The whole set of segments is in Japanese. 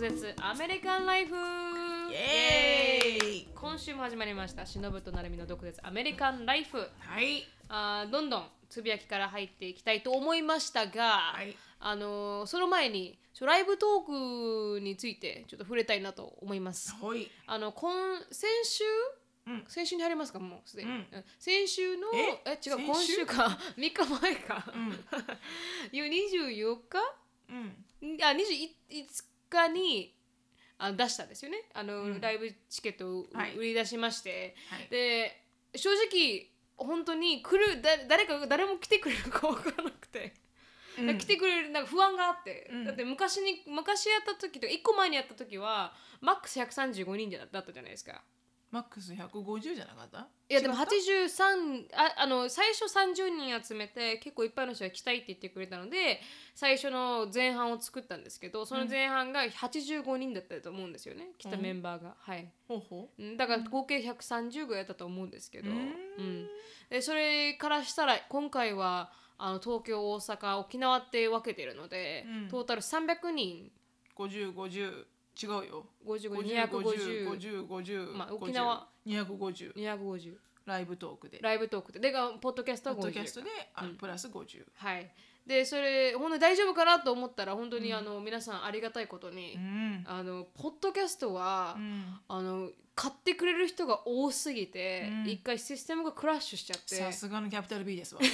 絶アメリカンライフイイエエーイ今週も始まりました「しのぶとなるみの毒舌アメリカンライフはい」あーどんどんつぶやきから入っていきたいと思いましたが、はいあのーその前にちょライブトークについてちょっと触れたいなと思います。ほいあの今先週うん先週に入りますかもうすでに、うんうん先週のええ違先う週今週か 3日前か、うん いや24日うんあ21日にあ出したんですよねあの、うんライブチケットをはい売り出しまして、はいで正直本当に来るだ誰か誰も来てくれるか分からなくて、うん来てくれるなんか不安があって、うんだって昔に昔やった時と1個前にやった時はマックス135人だだったじゃないですか。マックス150じゃなかったいやでも違った83ああの最初30人集めて結構いっぱいの人が来たいって言ってくれたので最初の前半を作ったんですけどその前半が85人だったと思うんですよね来たメンバーが、はいほうほうんだから合計130ぐらいだったと思うんですけど、ううんんでそれからしたら今回はあの東京大阪沖縄って分けてるので、うんトータル300人う5050違うよ55250 5050まあ沖縄250 250ライブトークでライブトークででがポッドキャストポはッ50ドキャストであうんプラス50はい、でそれ本当に大丈夫かなと思ったら本当に、うんあの皆さんありがたいことに、うんあのポッドキャストはう、んあの買ってくれる人が多すぎて、うん一回システムがクラッシュしちゃってさすがのキャピタル B ですわ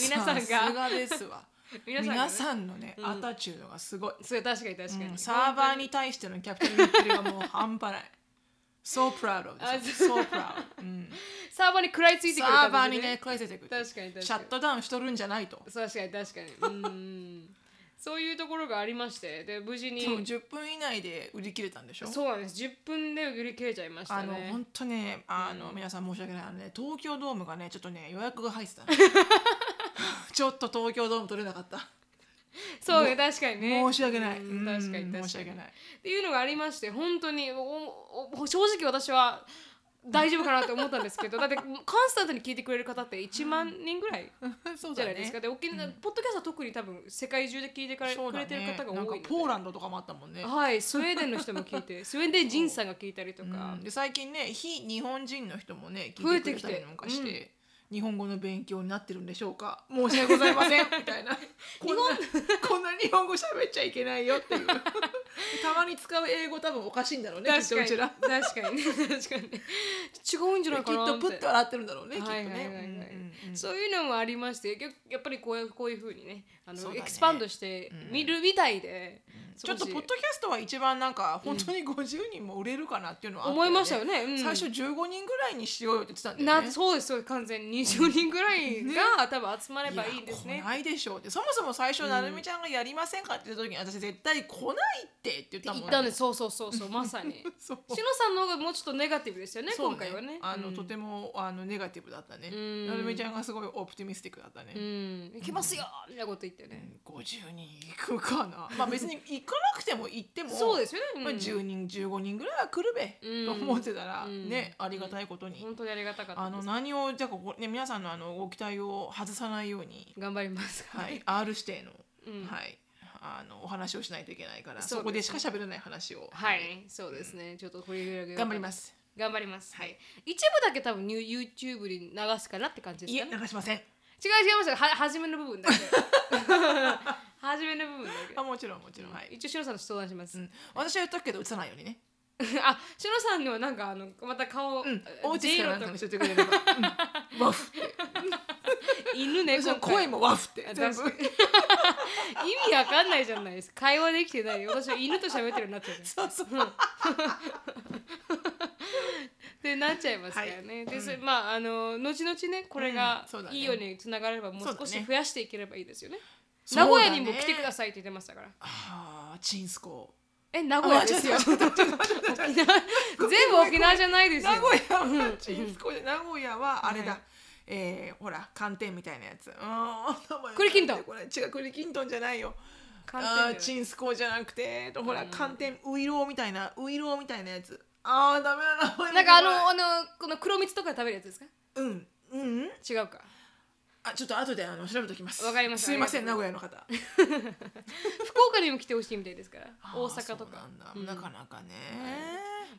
皆さんがさすがですわ皆さんがね皆さんのねうんアタチュードがすごいそう確かに確かに、うんサーバーに対してのキャピタル B っぷりはもう半端ない So proud of あ this So proud、うんサーバーに食らいついてくサれたーバーにね、ね返せてくる。確かに確かにシャットダウンしとるんじゃないと。そう確かに確かにうんそういうところがありましてで無事にでも10分以内で売り切れたんでしょそうなんです10分で売り切れちゃいましあたのね本当ね、あの、皆さん申し訳ないあのね、東京ドームがね、ちょっとね、予約が 入ってたの。ちょっと東京ドーム取れなかった。そうね確かにね申し訳ない。うんうん確かに確かに申し訳ない。っていうのがありまして本当におおお正直私は大丈夫かなって思ったんですけどだってコンスタントに聞いてくれる方って1万人ぐらいそうじだゃなねいですか、で沖縄、ポッドキャストは特に多分世界中で聞いてくれ,、そうだねてる方が多いなんのかでポーランドとかもあったもんね。はいスウェーデンの人も聞い てスウェーデン人さんが聞いたりとか、うんで最近ね、非日本人の人もね、増聞えいててききてたりなんかして。日本語の勉強になってるんでしょうか申し訳ございませんみたい なこんなこんな日本語喋っちゃいけないよっていう たまに使う英語多分おかしいんだろうねきっ確とかうにちら確きかにね確かにね違うんじゃないっかなとプッと洗ってるんだろうねきっとはいねはいはいはい、うんうんうんそういうのもありまして結やっぱりこういうこういうふうにねあのそうだねエクスパンドして見るみたいで、ちょっとポッドキャストは一番なんか本当に50人も売れるかなっていうのはあった思いましたよね、うん最初15人ぐらいにしようよって言ってたんだなよねそうですそうです完全に20人ぐらいが多分集まればいいんですいねや来。ないでしょうってそもそも最初、なるみちゃんがやりませんかって言った時に私絶対来ないってって言ったもん行ったんですそうそうそうそうまさ に。そうしのさんの方がもうちょっとネガティブですよねそう今回はね。あの、うんとてもあのネガティブだったね、んなるみちゃんがすごいオプティミスティックだったね、うん行きますよみたいなこと言ってね。 50人行くかなまあ別に行かなくても行ってもそうですよね。うんまあ、10人15人ぐらいは来るべ、うんと思ってたら、うんねありがたいことに、本当にありがたかったあでのす。何をじゃあここ、ね、皆さんのあのご期待を外さないように、頑張ります。はい、R 指定の、うんはい、あのお話をしないといけないかそうでらすそ,、こでしか喋れない話を、はいそうですねちょっとこれぐらいが頑張ります頑張ります。はい一部だけ多分ニュ YouTube に流すかなって感じでいすえかね。流しません違う違いますよは初めの部 分だけ。初めの部分だけあ。もちろんもちろん、はい、一応しのさんと相談します、 うん、私は言ったけど映さないようにねあしのさんにはなんかあのまた顔、うん、おおうじちいからろなんとかにしといてくれれば、うん、ワ フって犬ねでその今回声もワフってあ全確部かに意味わかんないじゃないですか会話できてないよ私は犬と喋ってるようになっちゃうじゃんそうそうってなっちゃいますからね、でそれまああの後々ねこれうがんそうだねいいようにつながればもう少そうだしね増やしていければいいですよねそうだ名ね古屋にも来てくださいって言ってましたからああチンスコえ名古屋ですよあ沖縄 全部沖縄じゃないですよ名古屋はチンスコで名古屋はあれだ、えー、ほら寒天みたいなやつうーん名前栗きんとんこれ違う栗きんとんじゃないよ寒天じゃあなーいチンスコじゃなくてえっとほら寒天ウイローみたいなウイローみたいなやつあーダメだななんかあのあのこの黒蜜とか食べるやつですかうんうん違うかあちょっと後であの調べておきますわかりましたすいませあんりが名とう古屋の方 福岡にも来てほしいみたいですから大阪とかあーそうなんだ、うんなかなかね、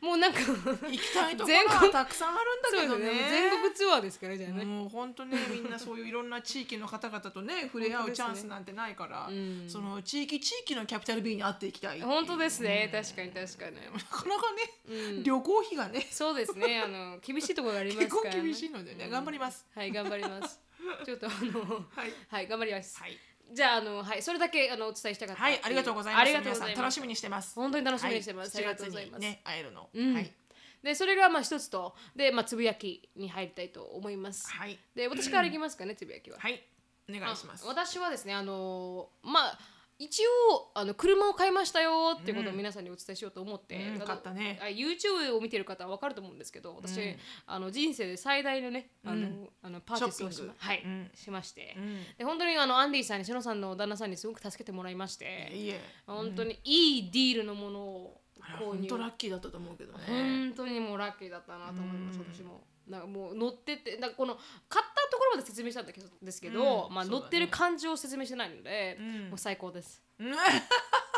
もうなんか 行きたいとこ全ろ国はたくさんあるんだそうけどでねすね全国ツアーですからじゃあね、もう本当ねみんなそういういろんな地域の方々と ね触れ合うチャンスなんてないから、うんその地域地域のキャピタル B に会っていきたいっていう本当ですねうん確かに確かに、 なかなかね、うん、旅行費がねそうですねあの厳しいとこ ろがあります結か構ら、ね、厳しいのでね、頑張りますはい頑張り ますちょっとあのはいはい頑張ります、はい、じゃああのはいそれだけあのお伝えしたかったはい、ありがとうございますありがとうございま皆さすん楽しみにしてます本当に楽しみにしてます、はい、あ7りがとうござい月まにす、ね会えるの、うんはい、でそれがまあ一つとでまあつぶやきに入りたいと思います、はいで私からいきますかねつぶやきははいお願いしますあ私はですねあのーまあ一応あの車を買いましたよっていうことをうん皆さんにお伝えしようと思って、うんあの買ったねあ YouTube を見てる方は分かると思うんですけど私、うんあの人生で最大のねあの、うんあのパーティーをしショッピングま,、はいうんしまして、うんで本当にあのアンディさんにしのさんの旦那さんにすごく助けてもらいまして、いえ本当にいいディールのものをあら購本入当ラッキーだったと思うけどね本当にもうラッキーだったなと思います、うん私も。なんかもう乗っててなんかこの買ったところまで説明したんだけどですけど、うんまあ、そうだ乗ねってる感じを説明してないので、うんもう最高です。うん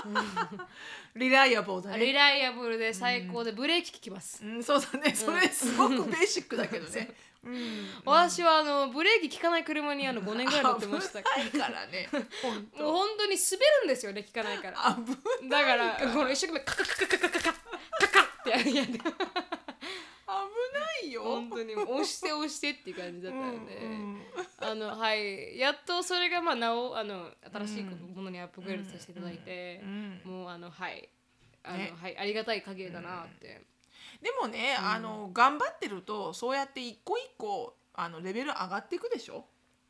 リライアボーだリねライアブルで最高で、ブレーキ効きます。うんそうだねそれすごくベーシックだけどねうん私はあのブレーキ効かない車にあの5年ぐらい乗ってましたから危ないからね本もう当 本当に滑るんですよね効かないからあぶだからこの一生懸命カカカカカカカカカってやって危ないよ本当に押して押してっていう感じだったので、うんあのはいやっとそれがまあなおあの新しいものにアップグレードさせていただいてう、んもうあのはいあの、ねはいありがたい限りだなって、でもね、あの頑張ってるとそうやって一個一個あのレベル上がっていくでしょ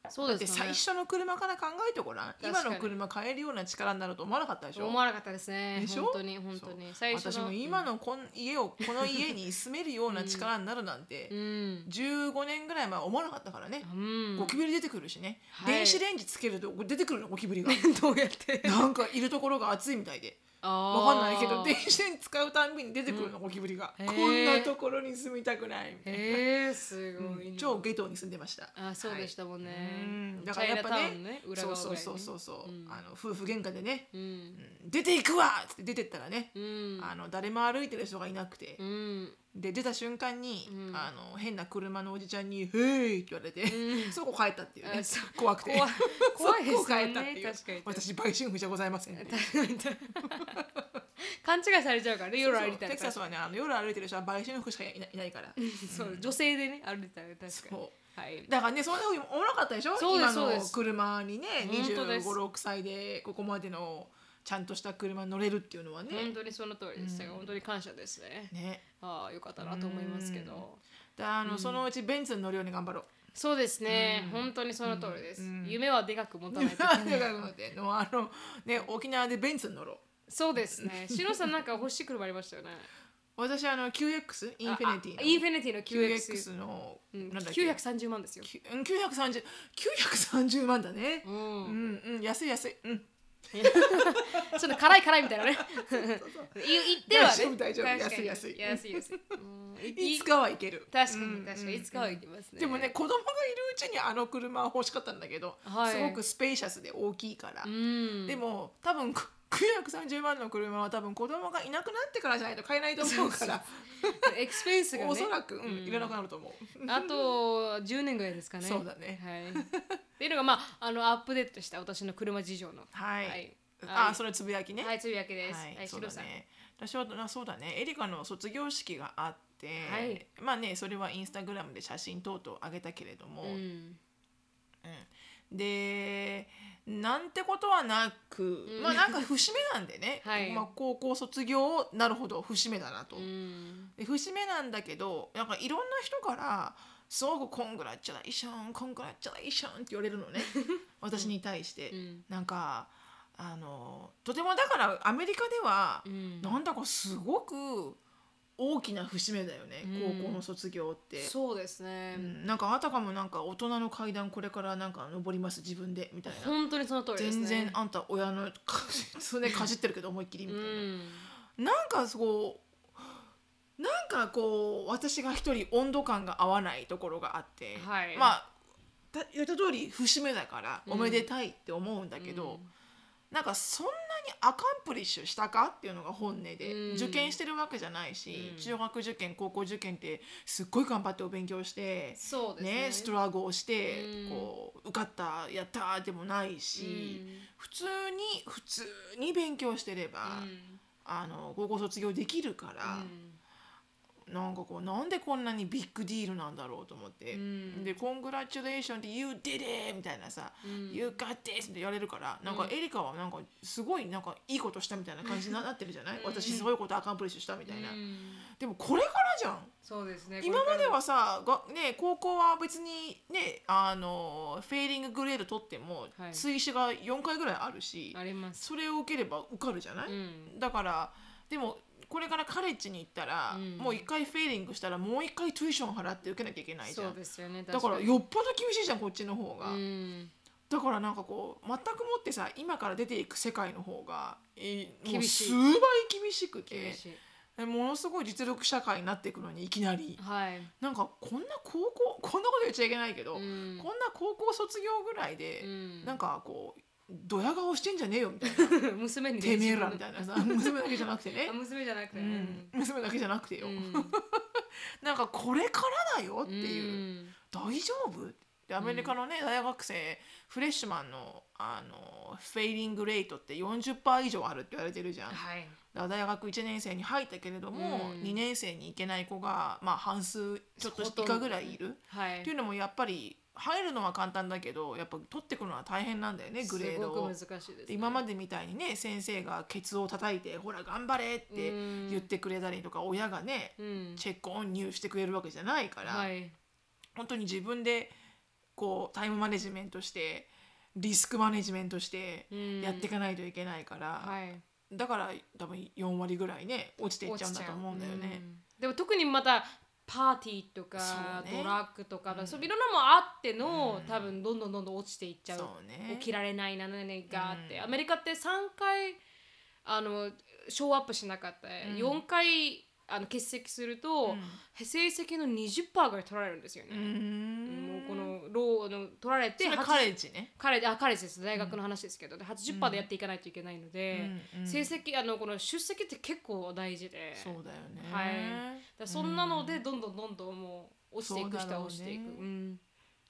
そうでですか最ね初の車から考えてごらん確かに今の車買えるような力になると思わなかったでしょ思わなかったですねでしょ本当に本当に最初の私も今のこん家をこの家に住めるような力になるなんてうん、うん15年ぐらい前は思わなかったからねうんゴキブリ出てくるしね、はい電子レンジつけると出てくるのゴキ ブリがどうやってなんかいるところが暑いみたいでわかんないけど電子レンジ使うたんびに出てくるのゴキブリが、へーこんなところに住みたくないみたいな、へえすうごいな、ん超ゲトに住んでましたあそうでしたもんね、うんだからやっぱねチャイナタウンの裏そ側うぐそらいうねそうそうそうう、んあの夫婦喧嘩でね、ううんん出ていくわっつって出てったらね、うんあの誰も歩いてる人がいなくてう、んで出た瞬間に、うんあの変な車のおじちゃんに「へい!」って言われて、うんそこ帰ったっていうねあそう怖くて怖い怖いです そこ帰よったってねいう確かに私売春婦じゃございませんっていう勘違いされちゃうからね夜歩いたそうらテキサスはねあの夜歩いてる人は売春婦しかいないいないからそう女性でね歩いたら確かにそうはいだからねそんなふうに思わなかったでしょそうです今そうのです車にね本当で2 5す六6歳でここまでのちゃんとした車に乗れるっていうのはね本当にその通りです、本当に感謝ですねねああよかったなと思いますけど、うんだからあの、そのうちベンツに乗るように頑張ろう。そうですね、本当にその通りです、うん夢はでかく持たないとい けないでかくなってんのあのね沖縄でベンツに乗ろう。そうですねしのさんなんか欲しい車ありましたよね私あの QX インフィニティあのあインフィニティの QX, QX の、うん、なんだっけ930万ですよ、きゅうん930 930万だねう。うんん、うん安い安い。うん。その辛い辛いみ たいなねい言ってはね大丈夫大丈夫確かに安い安い安い安い、うん、 いつかはいける。確かうんに確かに、いつかは行きますねでもね子供がいるうちにあの車は欲しかったんだけど、はいすごくスペーシャスで大きいから。うんでも多分く930万の車は多分子供がいなくなってからじゃないと買えないと思うからエクスペンスがねおそらく、うんうんいらなくなると思う。あと10年ぐらいですかねそうだねはい、っていうのがまああのアップデートした私の車事情のはい。はいあ、はいそれつぶやきね。はいつぶやけです、はいシそうロださん、ね。私はなそうだね。エリカの卒業式があって、はいまあねそれはインスタグラムで写真等々上げたけれども、うんでなんてことはなく、んまあなんか節目なんでね。 はいまあ高校卒業なるほど節目だなと。うんで節目なんだけどなんかいろんな人からすごく「コングラチュラーションコングラチュラーション」って言われるの ね私に対して、うんなんかあのとてもだからアメリカでは、うんなんだかすごく大きな節目だよね、うん高校の卒業って。そうですね、うんなんかあたかもなんか大人の階段これからなんか登ります自分でみたいな、本当にその通りです全ね然あんた親のかすねかじってるけど思いっきりみうたいな、んなんかそうなんかこう私が一人温度感が合わないところがあって、はいまあた言った通り節目だからうんおめでたいって思うんだけど、うんなんかそんなにアカンプリッシュしたかっていうのが本音で、うん受験してるわけじゃないし、うん中学受験高校受験ってすっごい頑張ってお勉強して、そうですねねストラゴをして、うんこう受かったやったーでもないし、普通に普通に勉強してれば、うんあの高校卒業できるかうら。んなんかこうなんでこんなにビッグディールなんだろうと思って、うんで「コングラチュレーション」って「You did it!」みたいなさう「ん You got this!」って言われるからなんかうんエリカはなんかすごいなんかいいことしたみたいな感 じになってるじゃないうん私すごいことアカンプリッシュしたみたいな、うんでもこれからじゃんそうですね今までこはさが、ね、高校は別にねあのフェーリンググレード取ってもはい追試が4回ぐらいあるし、れからありますそれを受ければ受かるじゃない、うんだからでもこれからカレッジに行ったら、うんもう一回フェーリングしたらもう一回トゥイション払って受けなきゃいけないじゃそうんですよねだからっよっぽど厳しいじゃんこっちの方が、うんだからなんかこう全くもってさ今から出ていく世界の方が、えーもう厳しい数倍厳しくて厳しいえものすごい実力社会になっていくのにいきなりはいなんかこんな高校こんなこと言っちゃいけないけど、ここんんな高校卒業ぐらいで、 なんかこうドヤ顔してんじゃねえよみたいな娘にねてめえらみたいなさ娘だけじゃなくてねあ娘じゃなくうてん、娘だけじゃなくてよ、うんなんかこれからだよっていう、うん大丈夫でアメリカのね、大学生フレッシュマンのあのフェイリングレートって40%以上あるって言われてるじゃんだかはいら大学1年生に入ったけれども、うん2年生に行けない子が、まあ、半数ちょっと相当以下ぐらいいるはっていいうのもやっぱり入るのは簡単だけどやっぱ取ってくるのは大変なんだよねグレーすドごくを難。しいですねで今までみたいにね先生がケツを叩いて「ほら頑張れ!」って言ってくれたりとか、親がねうんチェックオン入してくれるわけじゃないから、はい本当に自分でこうタイムマネジメントしてリスクマネジメントしてやっていかないといけないから、はいだから多分4割ぐらいね落ちていっちゃうんだと思うんだよね。うんでも特にまたパーティーとか、そうドねラッグとか、うんそういろんなもんあっての、うん多分どんどんどんどん落ちていっちゃうそうね起きられないな何があって、うんアメリカって3回あのショーアップしなかった、うん4回あの欠席すると、成績の20%ぐらい取られるんですようんうね、んもうこのローの取られてそれカレッジね。彼あ彼です大学の話ですけど、で80%でやっていかないといけないので、うんうん成績あのこの出席って結構大事でそうだよね。はいだからそんなのでどんどんどんどんもう落ちていくそう人だはろうね落ちていく、うん、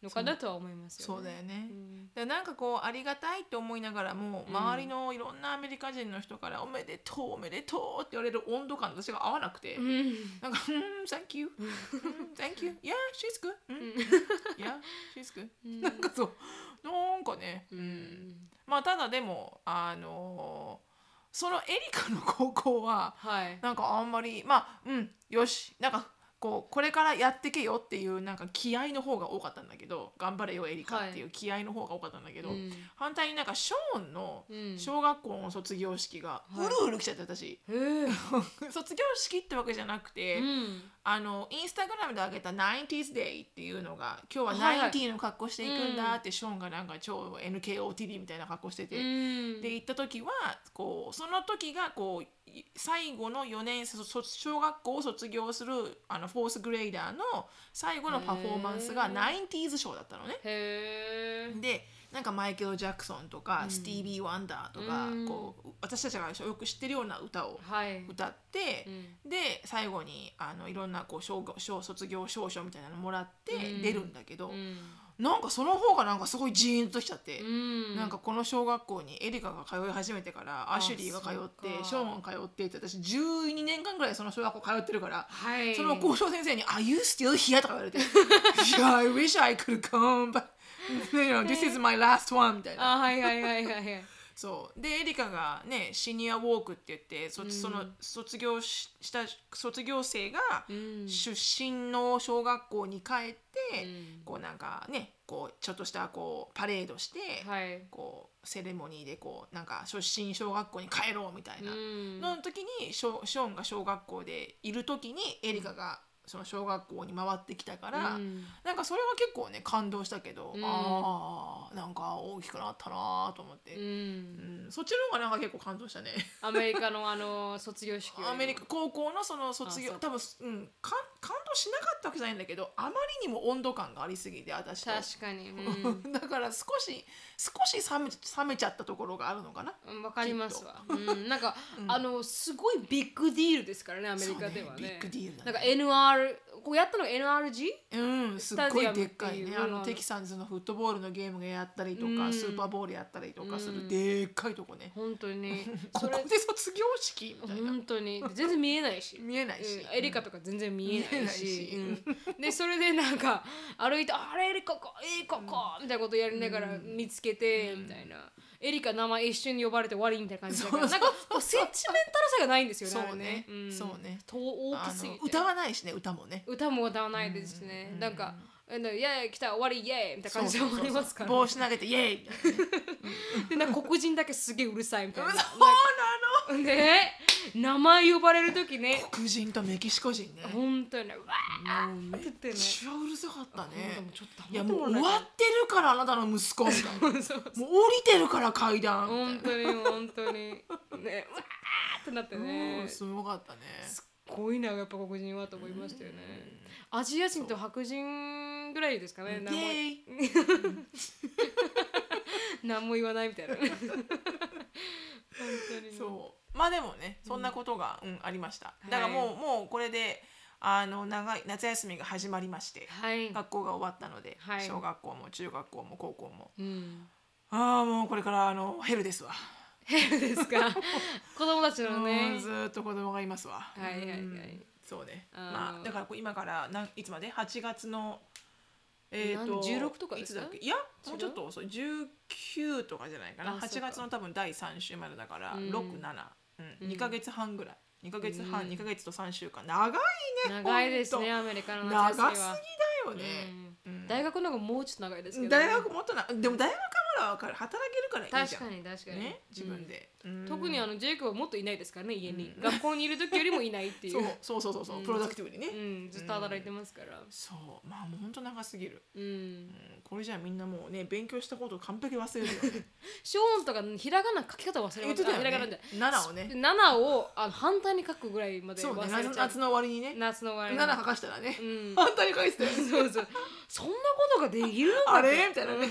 のかなとは思いますそようね。だよね。うんでなんかこうありがたいって思いながらもうん周りのいろんなアメリカ人の人から「おめでとうおめでとう」って言われる温度感と私が合わなくて、うんなんか「うん thank you うん thank you yeah she's good うん yeah she's good う」んなんかそうなんかね、ううんんまあただでもあのーそのエリカの高校ははい。なんかあんまりまあうんよしなんかこうこれからやってけよっていうなんか気合の方が多かったんだけど頑張れよエリカっていう気合の方が多かったんだけど、うん反対になんかショーンのうん小学校の卒業式がはういるうる来ちゃって 私へえ卒業式ってわけじゃなくて、うんあのインスタグラムで上げた 90s Day っていうのが今日はいははい90の格好していくんだって、ショーンがなんか超 NKOTD みたいな格好してて、うんで行った時はこうその時がこうい最後の4年そそ小学校を卒業するあのフォースグレーダーの最後のパフォーマンスがへー 90s ショーだったのね。へえでなんかマイケル・ジャクソンとか、うんスティービー・ワンダーとか、うんこう私たちがよく知ってるような歌をはい。歌ってう、んで最後にあのいろんなこう小小卒業証書みたいなのもらってうん出るんだけど、うんなんかその方がなんかすごいジーンときちゃって、うんなんかこの小学校にエリカが通い始めてからあアシュリーが通っそてうかショーンが通ってって私12年間ぐらいその小学校通ってるから。はい。その校長先生に「Are you still here?」とか言 われて「Yeah, I wish I could come but you know, this is my last one」みたいな。あはいはいはいはいはい。そうでエリカがねシニアウォークって言ってそ,、うんその卒業しした卒業生がうん出身の小学校に帰って、うんこうなんかねこうちょっとしたこうパレードして、はい。こうセレモニーでこうなんか出身小学校に帰ろうみたいな。うんの時にショショーンが小学校でいる時にエリカがその小学校に回ってきたから、うんなんかそれは結構ね感動したけど、うんあーなんか大きくなったなーと思って、ううんんそっちの方がなんか結構感動したねアメリカのあの卒業式よりもアメリカ高校のその卒業あそう多分、うん、か感動もしなかったわけじゃないんだけどあまりにも温度感がありすぎて私と確かに、 う、だから少し少し冷め冷めちゃったところがあるのかなんわかりますわ、うん、なんか、うんあのすごいビッグディールですからねアメリカではそうねねビッグディールだねなんか NR こうやったのが NRG? うん、すっごいでっかスタジアムっいていねうあうんのテキサンズのフットボールのゲームがやったりとうかんスーパーボールやったりとかすうるんでっかいとこね本当 にこそれこで卒業式みたいな本当に全然見えないし 見えないしうんエリカとか全然見えないし見えないしうんでそれでなんか歩いて「あれエリカかエリカか」みたいなことやりながらうん見つけて、うんみたいなエリカ名前一瞬呼ばれて終わりみたいな感じだからそなうそんうかこうセンチメンタルさがないんですよねそうねあれねんそうねと大あきすぎのて歌わないしね歌もね歌も歌わないですしね、うんなんか「うんイエーイ来た終わりイエーイ」みたいな感じで終わりますから、そうそうそう帽子投げてイエーイみたいなねでなんか黒人だけすげえうるさいみたいなそうなのね名前呼ばれる時ね黒人とメキシコ人ねも本当にねうわうーめって言ってっねちゃうるさかったあなたねもちょっといや黙ってももらうえ終ないわってるからあなたの息子みた いなもうそう降りてるから階段みたいな本当に本当にねうわーってなってうねんすすごかったねっごいなやっぱ黒人はと思いましたよねアジア人と白人ぐらいですかねイエ何もーイ何も言わないみたい な本当にねそうまあでもねそんなことが、うんありましたいだからもう,、もうこれであの長い夏休みが始まりましてはい、学校が終わったので、はい小学校も中学校も高校もうん、ああもうこれからあのヘルですわ、変ですか 子供たちのうねんずーっと子供がいますわははいいはいそうねあーまあだからこう今からなんいつまで8月のえー、なとん16とかですかいつだっけいや違うもうちょっと遅い19とかじゃないかなあそ8うか月の多分第3週までだから、うん67、う、うんん2ヶ月半ぐらい2ヶ月う半、ん2ヶ月と3週間長いよ長いですほんねとアメリカの長夏す休ぎみだはね、うんうん大学の方がもうちょっと長いですけど、大学もっとなでも大学はまだわかる働けるからいいじ確ゃんかに確かに、ね自分で、うん特にあのジェイクはもっといないですからね家に、うん学校にいる時よりもいないっていうそうそうそうそうそう、うんプロダクティブにね、うん、ずっと働いてますからそうまあもうほんと長すぎる、うん、うん、これじゃあみんなもうね勉強したこと完璧忘れるよね ショーンとかひらがな書き方忘れました言ってたよあひらがなねで。七をね。 7をあの反対に書くぐらいまでそう忘ねれちゃう夏夏の終わりにね。夏の終わりに七書かしたらねう。ん 反対に返して。そうそうそんなことができるのかあってれみたいなね。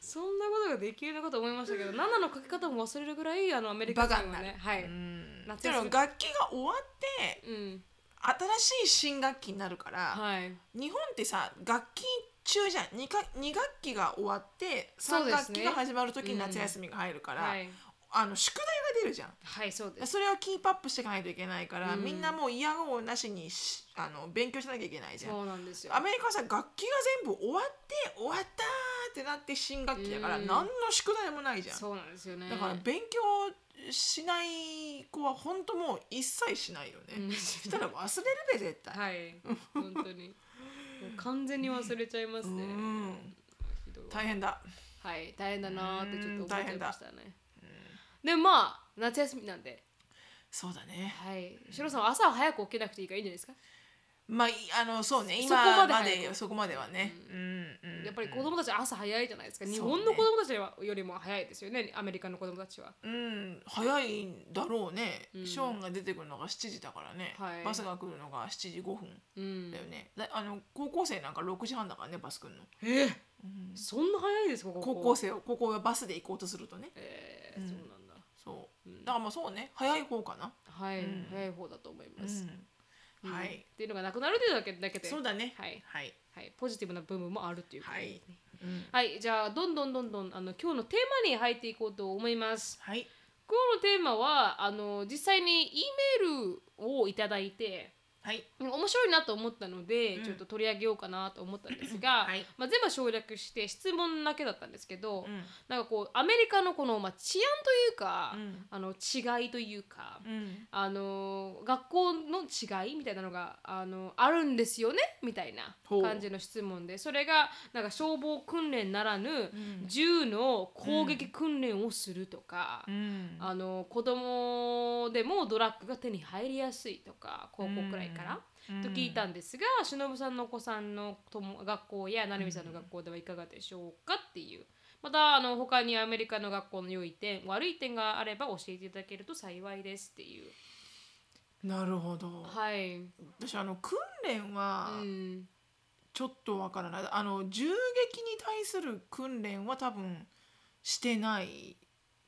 そんなことができるのかと思いましたけど7の書き方も忘れるぐらいあのアメリカバ人カはになるね。はい、うんだ夏か休らみ楽器が終わってうん、新しい新学期になるから、はい日本ってさ楽器中じゃん。二か二学期が終わってそう三ですね学期が始まる時に夏休みが入るから、はいあの宿題が出るじゃん。はいそうですそれをキープアップしていかないといけないから、うんみんなもう嫌顔なしにしあの勉強しなきゃいけないじゃん。そうなんですよアメリカはさ楽器が全部終わって終わったーってなって新学期だからうん何の宿題もないじゃん、そうなんですよねだから勉強しない子は本当もう一切しないよね、うんしたら忘れるべ絶対、はい、本当に。もう完全に忘れちゃいますうね。んひどい大変だはい、大変だなーってちょっと思っちゃいましたね。変だでもまあ夏休みなんで、そうだねはい、シロさんは朝は早く起きなくていいからいいんじゃないですか。まあいあのそうねそ今こままでで早くそこまではね、うんうんやっぱり子供たち朝早いじゃないですか。そうね日本の子供たちはよりも早いですよね。アメリカの子供たちは。うん早いんだろうね、うんショーンが出てくるのが7時だからね、はいバスが来るのが7時5分うんだ。よね、だあの高校生なんか6時半だからねバス来るのえー、うんそんな早いですかここ。高校。生を高校はバスで行こうとするとねえうー、んそうなんだ。そう、うんだからまあそうね早い方かな、はい、うん早い方だと思います。うんはっい、ていうのがなくなるというだけだけで、そうだねはいはい、はい、ポジティブな部分もあるということですね。はいうんはい、じゃあどんどんどんどんあの今日のテーマに入っていこうと思います。はい今日のテーマはあの実際に E メールをいただいてはい面白いなと思ったので、うんちょっと取り上げようかなと思ったんですが、はいまあ、全部省略して質問だけだったんですけど、うんなんかこうアメリカのこの、まあ、治安というか、うんあの違いというか。うんあの学校の違いみたいなのがあのあるんですよねみたいなほう感じの質問でそれがなんか消防訓練ならぬ、ん銃の攻撃訓練をするとか、うんあの子供でもドラッグが手に入りやすいとか高校くらいから、うんと聞いたんですがしのぶさんのお子さんのとも学校やなるみさんの学校ではいかがでしょうかっていうまたあの他にアメリカの学校の良い点悪い点があれば教えていただけると幸いですっていうなるほどはい、う私あの訓練はん、ちょっとわからない、あの銃撃に対する訓練は多分してない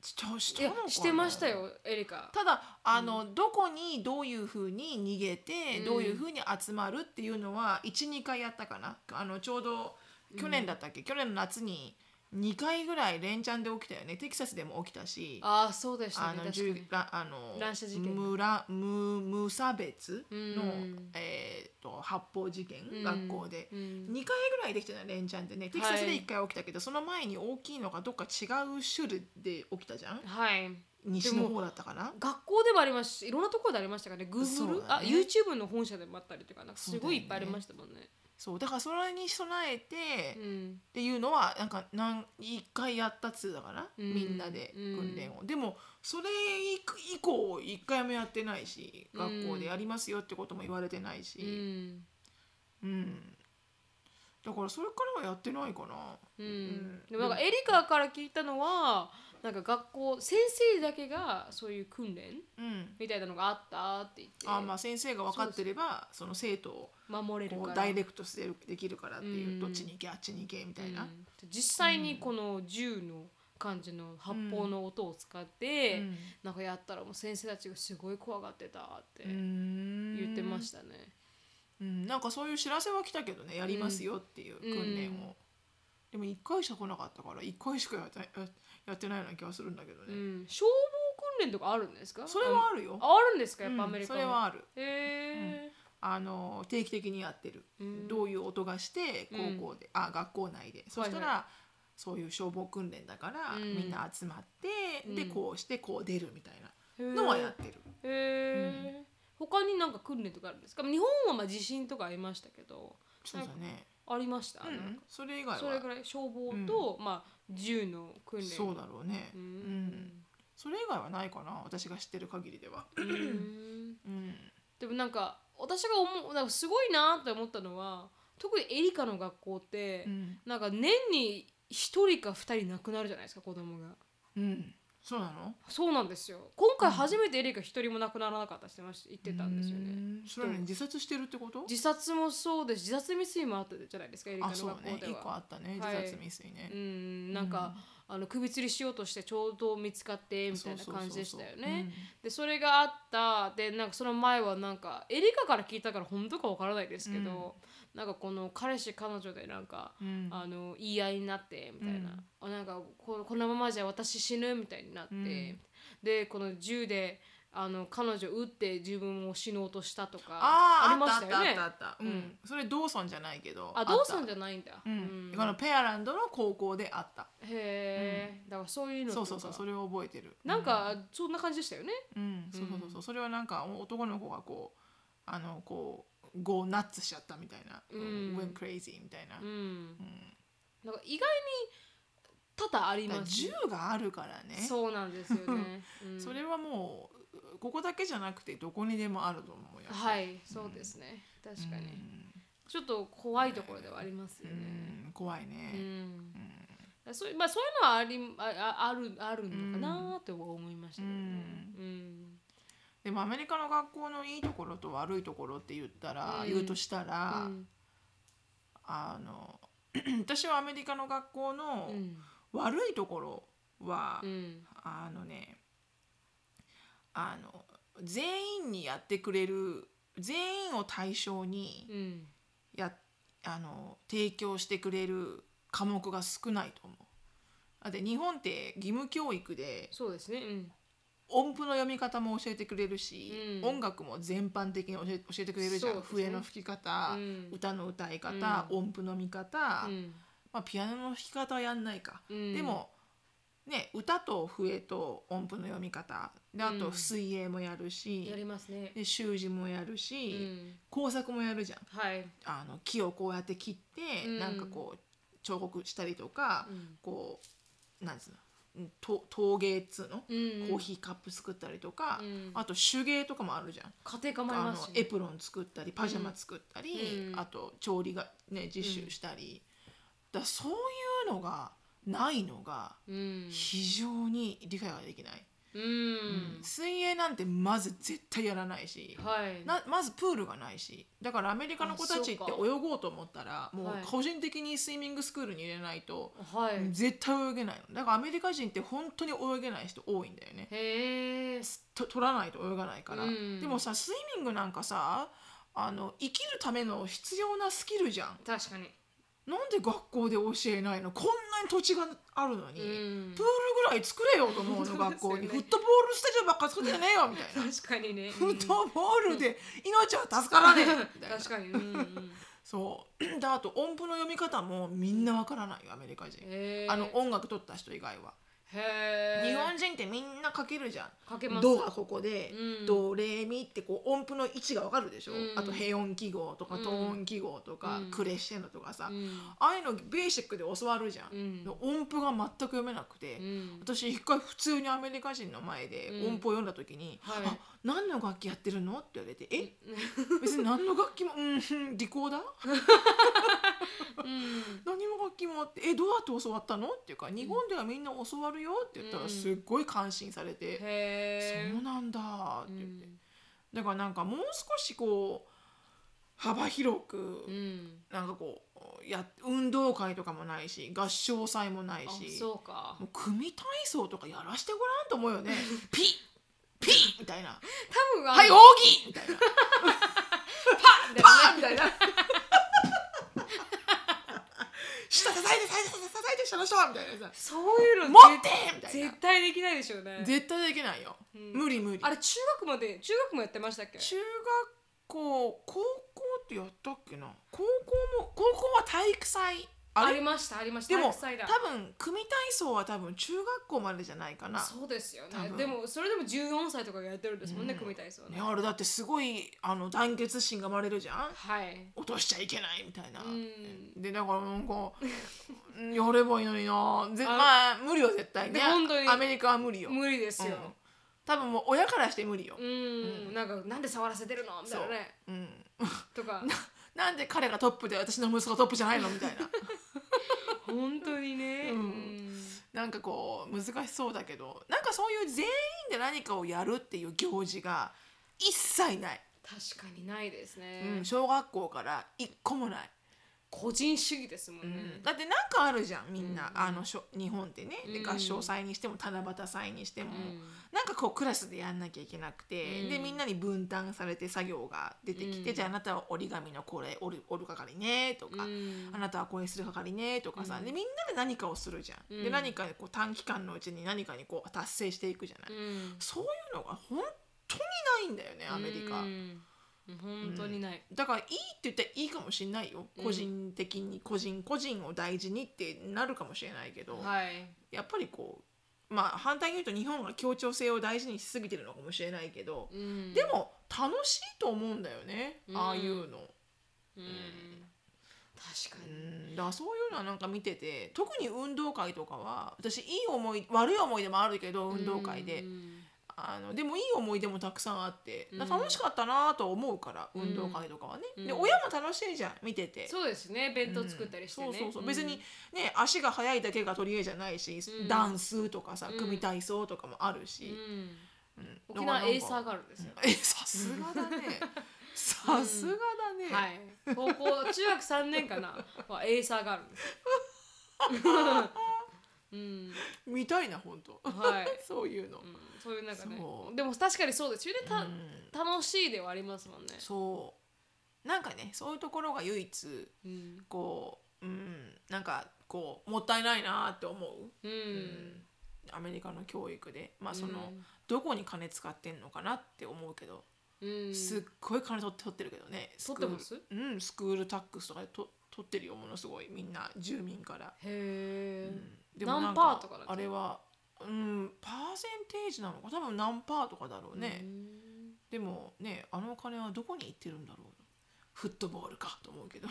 しいしたやのかなしてましたよエリカただあの、どこにどういうふうに逃げて、うんどういうふうに集まるっていうのは12回やったかなあのちょうど去年だったっけ、去年の夏に2回ぐらい連チャンで起きたよねテキサスでも起きたしああそうでしたあねの確銃かにらあの乱射事件無ら無無差別の、うんえー、と発砲事件、うん学校で。うん2回ぐらいできてた連チャンでねテキサスで1回起きたけど、その前に大きいのがどっか違う州で起きたじゃんはい西の方だったかな学校でもありますしいろんなところでありましたからね Google、そうだあね YouTube の本社でもあったりとかなんかすごいいっぱいあそうだよねりましたもんねそうだからそれに備えてうっんていうのはなんか何一回やったっつうだから、うんみんなで訓練を、でもそれ以降一回もやってないし学校でやりますよってことも言われてないうし、んうんだからそれからはやってないかなうんんでもなんかエリカから聞いたのはなんか学校先生だけがそういう訓練うんみたいなのがあったって言ってあまあ先生が分かってればその生徒を守れるこかうらダイレクトしてるできるからっていう、うんどっちに行けあっちに行けみたいな、うん実際にこの銃の感じの発砲の音を使っうて、んなんかやったらもう先生たちがすごい怖がってたってうん言ってましたね。うん、なんかそういう知らせは来たけどねやりますよっていう訓練を、でも1回しか来なかったから1回しかやってややってないような気がするんだけどうね、ん、消防訓練とかあるんですか？それはあるよあのあるんですか？やっぱアうメんリカもそれはあるへあの定期的にやってる、うんどういう音がして高校で、あ学校内でそしたら、はいそういう消防訓練だから、うんみんな集まって、うんでこうしてこう出るみたいなえ。のはやってる、へえ。他になんか訓練とかあるんですか？日本はまあ地震とかありましたけど、そうだね、ありました。なうんんか、それ以外はそれぐらい消防と、まあ銃の訓練。そうだろうね、ううんん。それ以外はないかな私が知ってる限りでは、 うんうん、でもなんか私が思うなんかすごいなって思ったのは特にエリカの学校って、うんなんか年に1人か2人亡くなるじゃないですか子供がうん、そうなのそうなんですよ今回初めてエリカ1人も亡くならなかったって言ってたんですようねんそれはね自殺してるってこと自殺もそうです自殺未遂もあったじゃないですかエリカあの学そう校ねで一個あはったねはい自殺未遂ねう、んなんか、あの首吊りしようとしてちょうど見つかってみたいなそうそうそうそう感じでしたよねでそれがあったでなんかその前はなんかエリカから聞いたから本当かわからないですけど、なんかこの彼氏彼女でなんか、うんあの言い合いになってみたいな、あなんかここのままじゃ私死ぬみたいになって、うんでこの銃であの彼女撃って自分を死のうとしたとかあーりまあしったたよあっねたあったあった、ううんんそれドーソンじゃないけどあドーソンじゃゃないんだ、うんうんこのペアランドの高校であったへえ、だからそういうのそとうかそうそうそれを覚えてるなん、かそんな感じでしたよねうん、そうそうそうそうそれはなんか男の子がこうあのこうゴーナッツしちゃったみたいな「うん went crazy」みたいな、うんうんなんか意外に多々ありだからます銃があるからねそうなんですよ ね。うんそれはもうここだけじゃなくてどこにでもあると思うよ。、はいい、そうですね。確かに、うんちょっと怖いところではありますうよね。ん怖いうん。ね。そうまあそういうのはありあああるあるのかなとは思いましたけどね。うん。でもアメリカの学校のいいところと悪いところって言ったら、うん言うとしたら、うんあの 私はアメリカの学校のうん悪いところは、うんあのねあの全員にやってくれる全員を対象にうん。やあの提供してくれる科目が少ないと思う。だって日本って義務教育でそうですね。うん。音符の読み方も教えてくれるし、うん音楽も全般的に教え教えてくれるじゃん、そうですね笛の吹き方、うん歌の歌い方、う音符の見方、うんまあ、ピアノの弾き方はやんないか、うんでも、ね、歌と笛と音符の読み方であうとん水泳もやるしや、りますね。で習字もやるうし、ん。工作もやるじゃん。はい。あの木をこうやって切って、うんなんかこう彫刻したりとか、うんこうなんつうのんと陶芸っつううん。の、コーヒーカップ作ったりとか、うんあと手芸とかもあるじゃん。家庭科もありあまのすし、エプロン作ったりパジャマ作ったり、うんあと調理がね実習したり、だそういうのがないのがうん。非常に理解ができない。うん、水泳なんてまず絶対やらないし、はいなまずプールがないしだからアメリカの子たちってあ泳そうごうと思ったらもうはい個人的にスイミングスクールに入れないとはい、絶対泳げないのだからアメリカ人って本当に泳げない人多いんだよねへえと取らないと泳がないから、うんでもさスイミングなんかさあの生きるための必要なスキルじゃん確かに、なんで学校で教えないのこんなに土地があるのに、うんプールぐらい作れよと思うの学校そうですよねに、フットボールスタジアムばっか作ってねえよみたいな確かにねフットボールで命は助からねえみたいな確かに、うん うん、そうであと音符の読み方もみんなわからないよアメリカ人、へえあの音楽取った人以外は、へえ日本人ってみんな書けるじゃんかけますドがここで、うんドレミってこう音符の位置がわかるでしょ、うんあと平音記号とかうんトーン記号とか、うんクレッシェンドとかさ、うんああいうのベーシックで教わるじゃん、うん音符が全く読めなくて、うん私一回普通にアメリカ人の前でうん音符を読んだ時に「はいあ何の楽器やってるの?」って言われて「え別に何の楽器もうんうんリコーダー うん何も楽器もあってえどうやって教わったの?」っていうから「日本ではみんな教わるよ」って言ったうらんすっごい感心されて「へえそうなんだ」って言って、うんだからなんかもう少しこう幅広く、うんなんかこうや運動会とかもないし合唱祭もないあしそうかもう組体操とかやらしてごらんと思う よねピッピッみたいな「多分はいよ扇!」みたいな「パン!」みたいな「 下叩いて叩いて叩いて叩いて下の人!」みたいなさそういう「の持って!」みたいな絶対できないでしょうね絶対できないよ、うん無理無理あれ中学まで中学もやってましたっけ中学校高校ってやったっけな高校も高校は体育祭ああれりましたありましたでも体育祭だ多分組体操は多分中学校までじゃないかなそうですよ多ね分でもそれでも14歳とかがやってるんですもんね組体操ねねあれだってすごいあの団結心が生まれるじゃんはい落としちゃいけないみたいな、うんでだからなんか うんやればいいのになぜあまあ無理は絶対ねで本当にアメリカは無理よ無理ですようん多分もう親からして無理よう、んなんかなんで触らせてるのみたいなねうん、と かなんで彼がトップで私の息子がトップじゃないのみたい な本当にねうん うんなんかこう難しそうだけどなんかそういう全員で何かをやるっていう行事が一切ない、確かにないですうねん、小学校から一個もない個人主義ですもんねだってなんかあるじゃんみんな、うんあのしょ日本ってねでうん合唱祭にしても七夕祭にしても、うんなんかこうクラスでやんなきゃいけなくて、うんでみんなに分担されて作業が出てきて、うんじゃああなたは折り紙のこれ折る折る係ねとか、うんあなたはこれする係ねとかさ、うんでみんなで何かをするじゃん、うんで何かこう短期間のうちに何かにこう達成していくじゃない、うんそういうのが本当にないんだよねアメリカ。うん本当にないだからいいって言ったらいいかもしれないようん個人的に個人個人を大事にってなるかもしれないけど、はいやっぱりこうまあ反対に言うと日本が協調性を大事にしすぎてるのかもしれないけど、うんでも楽しいと思うんだよね、うんああいうの、うん確かうにん、だからそういうのはなんか見てて特に運動会とかは私いい思い悪い思い出もあるけど運動会で、うんあのでもいい思い出もたくさんあってうんだから楽しかったなと思うから、うん運動会とかはね、うんで親も楽しいじゃん見てて。そうですね弁当作ったりしてねうんそうそうそう別にね足が速いだけが取り柄じゃないし、うんダンスとかさうん組体操とかもあるうし、んうん沖縄エイサーががあるんですよえ さすがだねさすがだね、はい高校中学3年かなはエイサーがあるんです ようん見たいな本当はいそういうの、うんそういうなんかねそうでも確かにそうですよねたうん楽しいではありますもんねそうなんかねそういうところが唯一うんこううんなんかこうもったいないなって思うううんんアメリカの教育でまあその、うんどこに金使ってんのかなって思うけどうんすっごい金取って取ってるけどねス取ってクールますへうんスクールタックスとかでと取ってるよものすごいみんな住民から、うえん何パーとかだっけあれはうんパーセンテージなのか多分何パーとかだろうね、でもねあのお金はどこに行ってるんだろうフットボールかと思うけど、いつ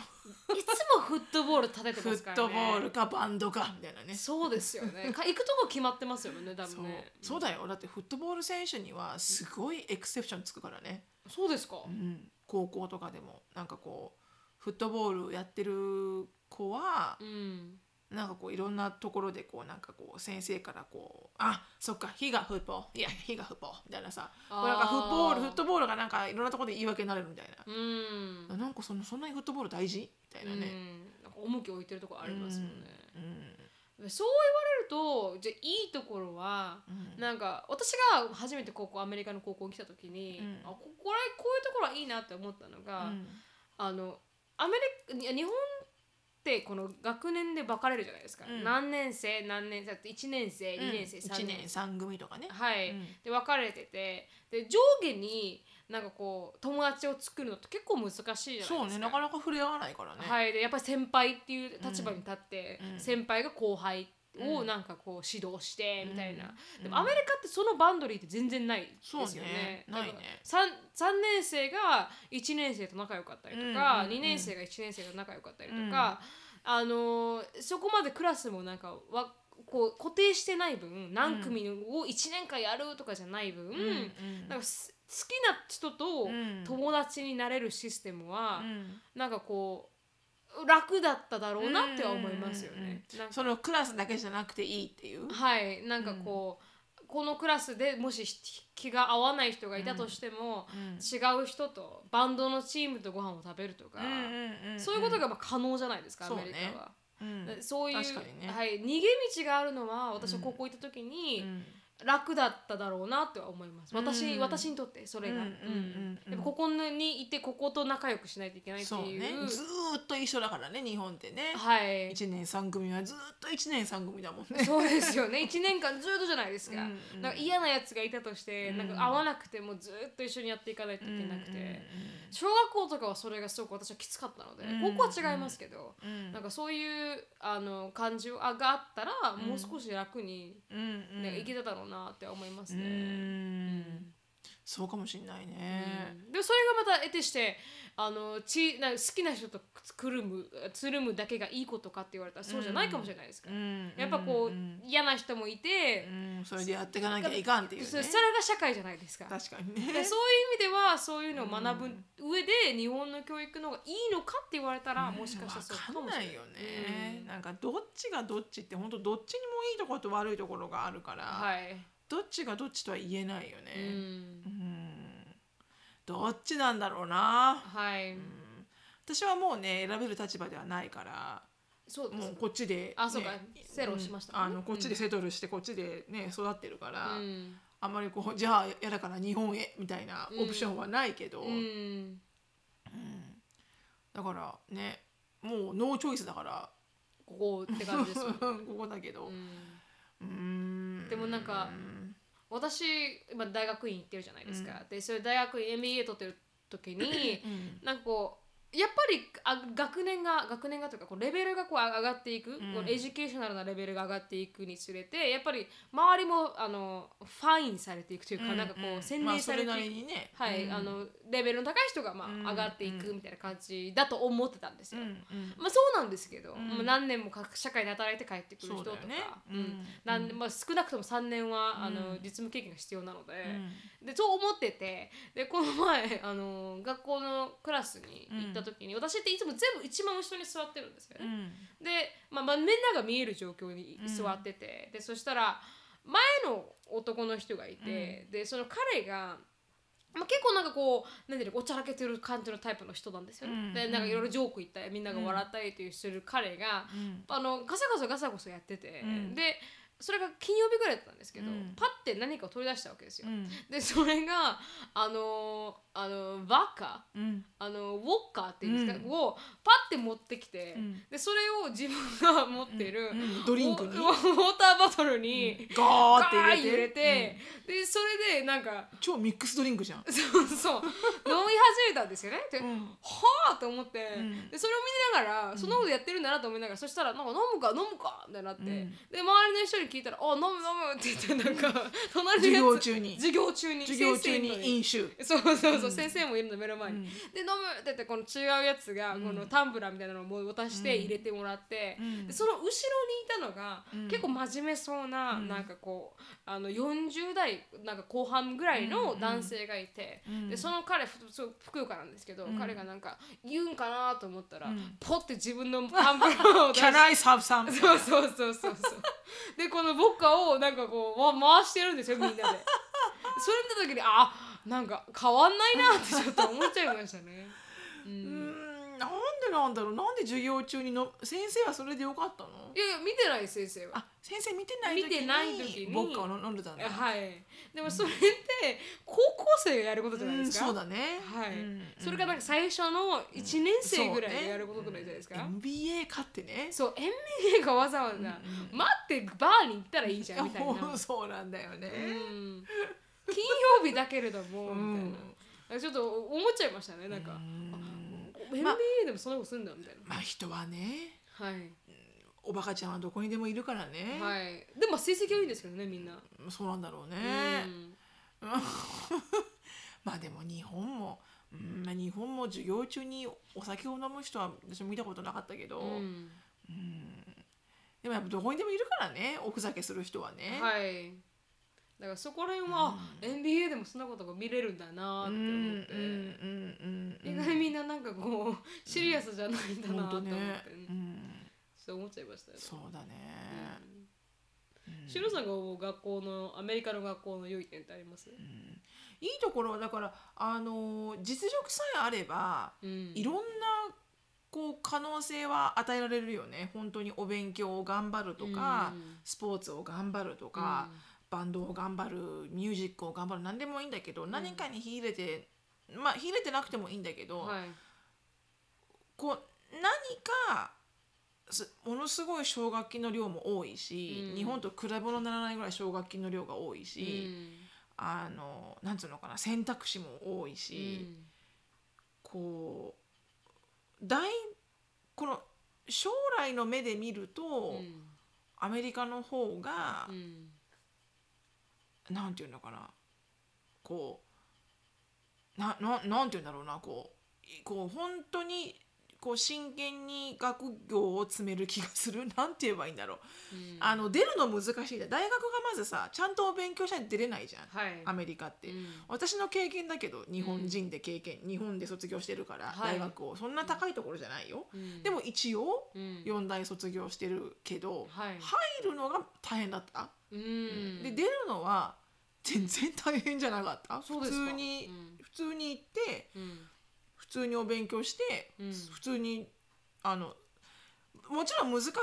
もフットボール立ててフますからットねボールかバンドかみたいなねそうですよねか行くとこ決まってますよね多そう分ねそうだよだってフットボール選手にはすごいエクセプションつくからね、そうですかうん、高校とかでもなんかこうフットボールやってる子はうんなんかこういろんなところでこうなんかこう先生からこうあそっか火がフッポいや火がフッポみたいなさこれなんかフットボールフットボールがなんかいろんなところで言い訳になるみたいな、うんなんかそのそんなにフットボール大事みたいなね、うん、なんか重きを置いてるところありますよね、うんそう言われるとじゃあいいところはうんなんか私が初めて高校アメリカの高校に来た時に、うんあここれこういうところはいいなって思ったのが、うんあのアメリカいや日本ってこの学年で分かれるじゃないですか、うん何年生何年生1年生2年生、うん3一年年生三組とかね、はい、うんで分かれててで上下になんかこう友達を作るのって結構難しいじゃないですかそうねなかなか触れ合わないからね、はい、でやっぱり先輩っていう立場に立って、うん先輩が後輩うをんなんかこう指導してみたいな、うんでもアメリカってそのバンドリーって全然ないですそうよねねないね 3, 三年生が1年生と仲良かったりとうんか、うんうん2年生が1年生と仲良かったりとか、あのーそこまでクラスもなんかわこう固定してない分何組を1年間やるとかじゃない分、うんなんかす好きな人とうん友達になれるシステムは、うんなんかこう楽だっただろうなっては思いますようんうんうんね。なんかそのクラスだけじゃなくていいっていう、はいなんかこう、このクラスでもし気が合わない人がいたとしても、うん違う人とバンドのチームとご飯を食べるとか、そういうことが、まあ可能じゃないですか、そうねアメリカは。うんそういう、確かにねはい、逃げ道があるのは私は高校行った時うにん楽だっただろうなとは思います、私うん私にとってそれが、うんうんうんうんやっぱここにいてここと仲良くしないといけないってそういうねずーっと一緒だからね日本ってね、はい、一年三組はずーっと一年三組だもん ね。そうですよね1年間ずっとじゃないですか,、うんうんなんか嫌なやつがいたとして、うんなんか合わなくてもずっと一緒にやっていかないといけなくて、小学校とかはそれがすごく私はきつかったので、うん高校は違いますけど、うんうんなんかそういうあの感じがあがあったら、んもう少し楽に、うんうんねいけてたろうなって思いますうね。んそうかもしれないね。でもそれがまた得てしてあのちな好きな人とくるむつるむだけがいいことかって言われたらそうじゃないかもしれないですから、うんやっぱこう、ん嫌な人もいて、うんそれでやっていかなきゃいかんっていうね。そそれが社会じゃないですか。だか確かにねら。そういう意味ではそういうのを学ぶ上で日本の教育の方がいいのかって言われたらもしかしたらそうわかんないよね、うんなんかどっちがどっちって本当どっちにもいいところと悪いところがあるから、はい、どっちがどっちとは言えないよね。うんうんどっちなんだろうな、はい、うん私はもうね選べる立場ではないからそうですもうこっちで、ね、あそうかセロしましたもんねうんあのこっちでセトルしてこっちでね育ってるから、うんあんまりこうじ ゃあやだから日本へみたいなオプションはないけど、うんだからねもうノーチョイスだからここって感じですよね、 ここだけどう、んうーん、でもなんか私今大学院行ってるじゃないですか、でそれ大学院 MBA 取ってる時にうんなんかこうやっぱりあ学年が学年がというかこうレベルがこうあ上がっていく、このエデュケーショナルなレベルが上がっていくにつれてやっぱり周りもあのファインされていくというか、なんかこう洗まあ練されていく、それなりにねはいうんあのレベルの高い人が、まうんあ、上がっていくみたいな感じだと思ってたんですうよ。んうんまあ、そうなんですけど、んもう何年もか社会で働いて帰ってくるそ人うとだかよねううんんなんでまあ、少なくとも3年は、あの実務経験が必要なので。でそう思っててでこの前あの学校のクラスに行った時に、私っていつも全部一番後ろに座ってるんですようね。んで、まあ、まあみんなが見える状況に座ってて、でそしたら前の男の人がいて、でその彼が。まあ、結構なんかこうなんていうのおちゃらけてる感じのタイプの人なんですよね。うんでなんかいろいろジョーク言ったりみんなが笑ったりというする彼が、あのガサガサガサガサやってて、うんでそれが金曜日ぐらいだったんですけど、うんパッて何かを取り出したわけですよう。んでそれがあのーあのバカうんあのウォッカーっていうんですか、うんをパッて持ってきて、うんでそれを自分が持ってる、うんドリンクにウォウォーターバトルに、ガーガってー入れッて入れて、でそれでなんか うん超ミックスドリンクじゃん、そうそう飲み始めたんですよね。でうんはあと思って、んでそれを見ながら、そんなことやってるんだなと思いながらそしたらなんか飲むか飲むかみたいになって、うんで周りの人に聞いたら「あ飲む飲む」って言ってなんか隣のやつ授業中に授業中に授業中先生にの飲 酒そうそうそうそうそう先生もいるの目の前に、で飲むって言ってこの違うやつがこうんのタンブラーみたいなのを渡してうん入れてもらって、うんでその後ろにいたのが、うん結構真面目そうな、うんなんかこうあの40代なんか後半ぐらいの男性がいて、うんでその彼ふそう福岡なんですけど、うん彼がなんか言うんかなと思ったら、うんポッて自分のタンブラーを出して Can I have some? そうそうそうそうそう。でこのボッカをなんかこうわ回してるんですよみんなで。それ見た時にあなんか変わんないなってちょっと思っちゃいましたね。ううーん、んなんでなんだろうなんで授業中にの先生はそれでよかったのいやいや見てない先生は。あ先生見てない時に見てない時にボッカを飲んでたんだ、はい。でもそれって高校生がやることじゃないですか。うんそうだねはい、うんそれがなんか最初の1年生ぐらいでやることぐらいじゃないですか。そうね NBA 勝ってねそう,、MBA がわざわざ、うん待ってバーに行ったらいいじゃんみたいな。ういやそうなんだよね、ん金曜日だけれども、みたいな。ちょっと思っちゃいましたねなんか、うんあ NBA までもそんなことするんだみたいな、まあ人はねはい、おバカちゃんはどこにでもいるからね、はい、でも成績はいいんですけどねみんな、そうなんだろうね、うんまあでも日本も、うん、まあ日本も授業中にお酒を飲む人は私も見たことなかったけど、うんでもやっぱどこにでもいるからねおふざけする人はね、はいだからそこら辺は、あ NBA でもそんなことが見れるんだなっうてんう思って、んうんうん意外にみんななんかこうシリアスじゃないんだな本と当思って、ねちうょんっと思っちゃいましたねそうだね、うんシロさんが思う学校のアメリカの学校の良い点ってあります、いいところはだからあの実力さえあればうんいろんなこう可能性は与えられるよね本当にお勉強を頑張るとか、うんスポーツを頑張るとか、バンドを頑張るミュージックを頑張る何でもいいんだけど何かに秀でて、まあ秀でてなくてもいいんだけうど、んはいこう何かすものすごい奨学金の量も多いし、うん日本と比べ物にならないぐらい奨学金の量が多いし、あのなんつうのかな選択肢も多いうんし、こう大この将来の目で見ると、うんアメリカの方がう、んなんていうのかなこうなななんていうんだろうなこういこう本当にこう真剣に学業を詰める気がする なんて言えばいいんだろう、うんあの出るの難しいじゃん大学がまずさちゃんとお勉強しないと出れないじゃんはいアメリカって。うん私の経験だけど日本人で経験、日本で卒業してるから、はい大学をそんな高いところじゃないよ、うんでも一応うん4大卒業してるけど、はい入るのが大変だった、うんで出るのは全然大変じゃなかったそう普ですか通に、普通に行ってうんうん普通にお勉強して、うん普通にあのもちろん難しい教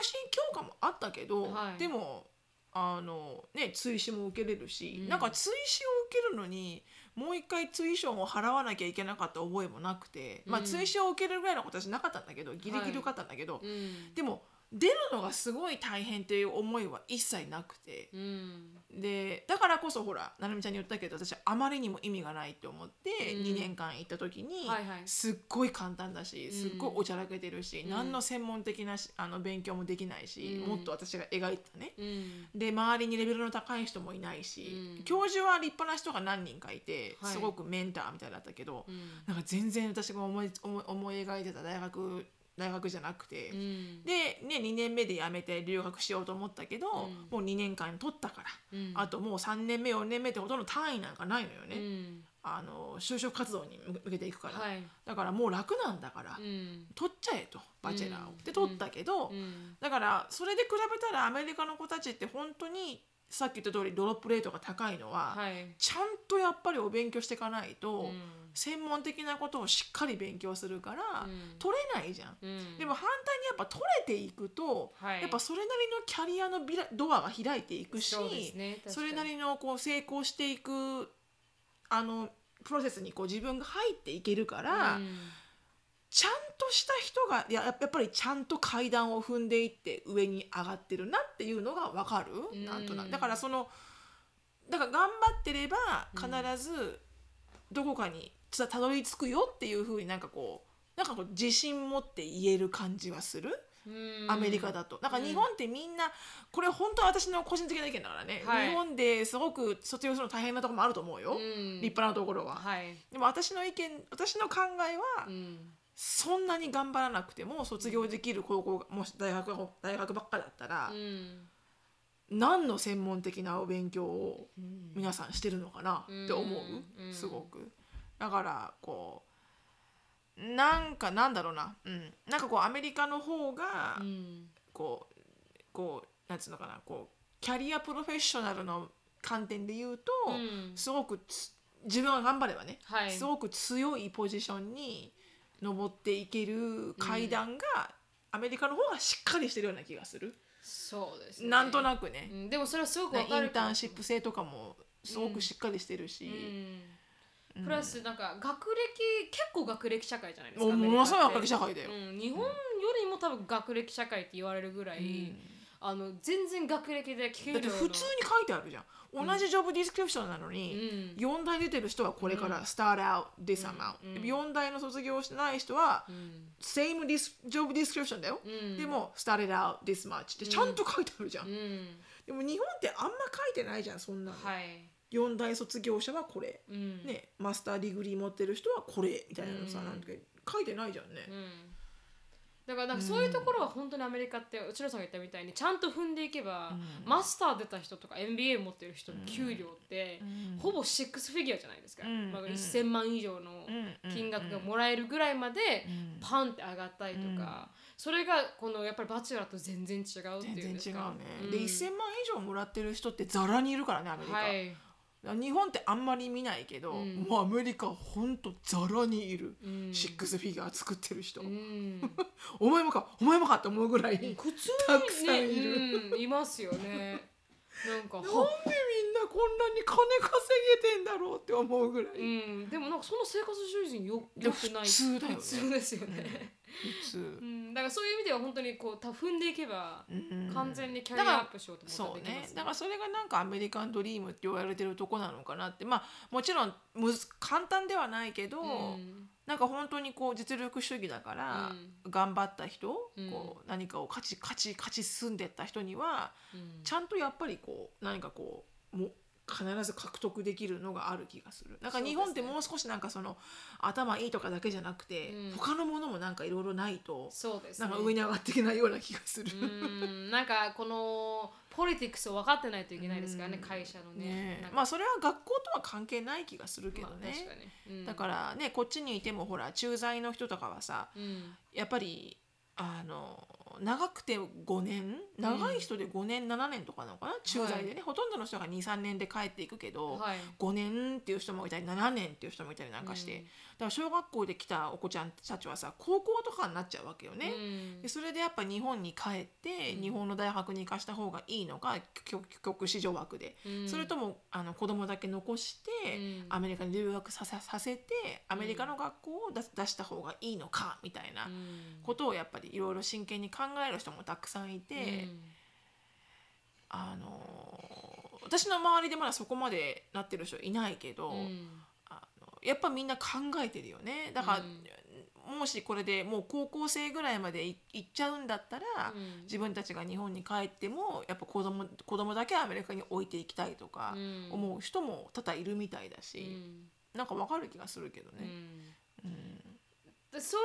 科もあったけど、はいでもあの、ね、追試も受けれるし、うんなんか追試を受けるのにもう一回追試を払わなきゃいけなかった覚えもなくて、まあ、うん追試を受けるぐらいのことはしなかったんだけどギリギリ受かったんだけど、うんでも出るのがすごい大変という思いは一切なくて。うんでだからこそほらななみちゃんに言ったけど私あまりにも意味がないと思って、うん2年間行った時に、はいはいすっごい簡単だしんすっごいおちゃらけてるし、うん何の専門的なしあの勉強もできないし、うんもっと私が描いたねうんで周りにレベルの高い人もいないし、うん教授は立派な人が何人かいて、はいすごくメンターみたいだったけど、うんなんか全然私が思い思い思い描いてた大学大学じゃなくて。うんで、ね、2年目で辞めて留学しようと思ったけど、うんもう2年間取ったから、うんあともう3年目4年目ってほとんど単位なんかないのよね、うんあの就職活動に向けていくから、はいだからもう楽なんだから、うん取っちゃえとバチェラーを。うんで取ったけど、うんだからそれで比べたらアメリカの子たちって本当にさっき言った通りドロップレートが高いのは、はいちゃんとやっぱりお勉強していかないと、うん専門的なことをしっかり勉強するから、うん取れないじゃん。うんでも反対にやっぱ取れていくと、はいやっぱそれなりのキャリアのビラドアが開いていくしそうですね確かにそれなりのこう成功していくあのプロセスにこう自分が入っていけるから、うんちゃんとした人がいややっぱりちゃんと階段を踏んでいって上に上がってるなっていうのが分かる、うんなんとなくだからそのだから頑張ってれば必ずどこかにたたどり着くよっていうふうになんかこうなんかこう自信持って言える感じはする。うんアメリカだとだからうん日本ってみんなこれ本当は私の個人的な意見だからね、はい日本ですごく卒業するの大変なところもあると思うよ、うん立派なところは、はい、でも私の意見私の考えは、うんそんなに頑張らなくても卒業できる高校がもし大学が大学ばっかだったらう、ん何の専門的なお勉強をうん皆さんしてるのかなって思う、うんすごくだからこうなんかなんだろうな、うん、なんかこうアメリカの方がうんこうこうなんつうのかなこうキャリアプロフェッショナルの観点で言うと、うんすごくつ自分が頑張ればね、はい、すごく強いポジションに登っていける階段が、アメリカの方がしっかりしてるような気がする、そうです、なんとく、なくねう、ん、でもそれはすごくねわかイるンターンシップ制とかもすごくしっかりしてるうし、んうんプラスなんか学歴結構学歴社会じゃないですもかうアメもリカってのすごい赤社会だよ、うん、日本よりも多分学歴社会って言われるぐらい、あの全然学歴で聞けだるって普通に書いてあるじゃん同じジョブディスクリプションなのに、うん4代出てる人はこれから start out this amount、うんうん4代の卒業してない人はうん、 same dis- job description だよ、うん、でも started out this much ってちゃんと書いてあるじゃん、うんでも日本ってあんま書いてないじゃんそんなの、はい、 4代卒業者はこれ、うん、ねマスターディグリー持ってる人はこれみたいなのさ、うんなんか書いてないじゃんね、うん、だからなんかそういうところは本当にアメリカってうちらさんが言ったみたいにちゃんと踏んでいけば、うんマスター出た人とか MBA 持ってる人の給料って、ほぼシックスフィギュアじゃないですか、うんまあ、うん1000万以上の金額がもらえるぐらいまでうんパンって上がったりとか、それがこのやっぱり「バチェラー」と全然違うっていうん全然で違うねすか、うんで1000万以上もらってる人ってザラにいるからねアメリカ、はい、日本ってあんまり見ないけど、うんもうアメリカほんとザラにいる、うんシックスフィギュア作ってる人、うん、 お前もかお前もかって思うぐらい、普通たくさんいにる、なんでみんなね、うん、いますよねなん かはこんなに金稼げてんだろうって思うぐらい、うん、でもなんかその生活習人よでよくない普通だよね普通ですよね、普通う、ん、だからそういう意味では本当にこうた踏んでいけばうん完全にキャリアアップしようと思っそたうらできまねすだからそれがなんかアメリカンドリームって言われてるとこなのかなってまあもちろんむず簡単ではないけど、うんなんか本当にこう実力主義だから、頑張った人、うんこう何かを勝ち勝ち勝ち進んでった人にはうんちゃんとやっぱりこう何かこうも必ず獲得できるのがある気がするだから日本っそうでてすねもう少しなんかその頭いいとかだけじゃなくて、うん他のものもなんかいろいろないと、そうです、なね、んか上に上がっていけないような気がする。うんなんかこのポリティクスを分かってないといけないですからね、うん会社のねねなんかまあそれは学校とは関係ない気がするけどまあね確、かに、うんだからねこっちにいてもほら駐在の人とかはさうんやっぱりあの長くて5年長い人で5年、7年とかなのかな駐在でね、ほとんどの人が23年で帰っていくけど、はい5年っていう人もいたり7年っていう人もいたりなんかして、うんだから小学校で来たお子ちゃんたちはさ高校とかになっちゃうわけよね。うんでそれでやっぱ日本に帰って、うん日本の大学に行かした方がいいのか局局市場枠で、うんそれともあの子供だけ残して、うんアメリカに留学させさせてアメリカの学校を出す出した方がいいのかみたいなうんことをやっぱりいろいろ真剣に考える人もたくさんいて、あのー私の周りでまだそこまでなってる人いないけど、うんうんあのやっぱみんな考えてるよねだから、もしこれでもう高校生ぐらいまでい行っちゃうんだったら、うん自分たちが日本に帰ってもやっぱ子供子供だけアメリカに置いていきたいとかうん思う人も多々いるみたいだうし、んなんかわかる気がするけどうね。んうんでそれ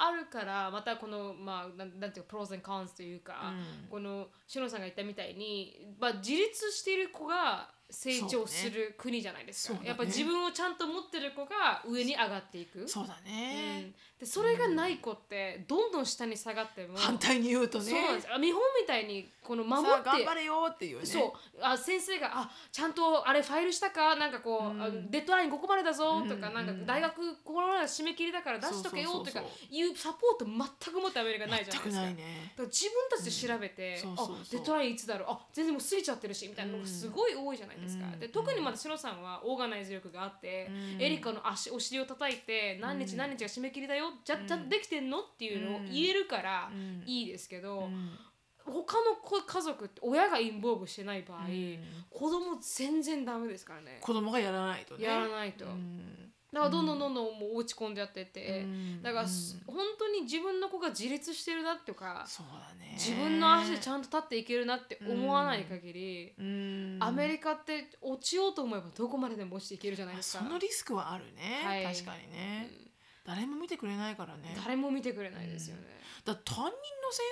があるからまたこのまあなんなんていうかプロセンカンスというか、このしのさんが言ったみたいに、まあ、自立している子が成長する国じゃないですか、そうねやっぱ自分をちゃんと持ってる子が上に上がっていくそうだうねん、でそれがない子ってどんどん下に下がっても反対に言うとねそうなんですあ日本みたいにこの守っさあて頑張れよっていうねそうあ先生があちゃんとあれファイルしたかなんかこう、うんあデッドラインここまでだぞとか、うんなんかうん大学この締め切りだから出しとけよとそかうそうそうそいうサポート全く持ってアメリカないじゃないで全くすか。ないねだから自分たちで調べて、うんそうそうそうあデッドラインいつだろうあ全然もう過ぎちゃってるしみたいなのがすごい多いじゃないですか、うんで特にまだシロさんはオーガナイズ力があって、うんエリカの足お尻を叩いて何日何日が締め切りだよ、じゃじゃうんできてんのっていうのを言えるからうんいいですけど、うん他の子家族って親がインボーブしてない場合、うん子供全然ダメですからね子供がやらないとねやらないと、うんだからどんどんどんどんもう落ち込んでやってて、だからす、うん本当に自分の子が自立してるなっていうかそうだね自分の足でちんゃんと立っていけるなって思わない限り、うんアメリカって落ちようと思えばどこまででも落ちていけるじゃないあですそか。のリスクはあるね、はい確かにね、うん誰も見てくれないからねだ誰も見てくれないですよね、担任の先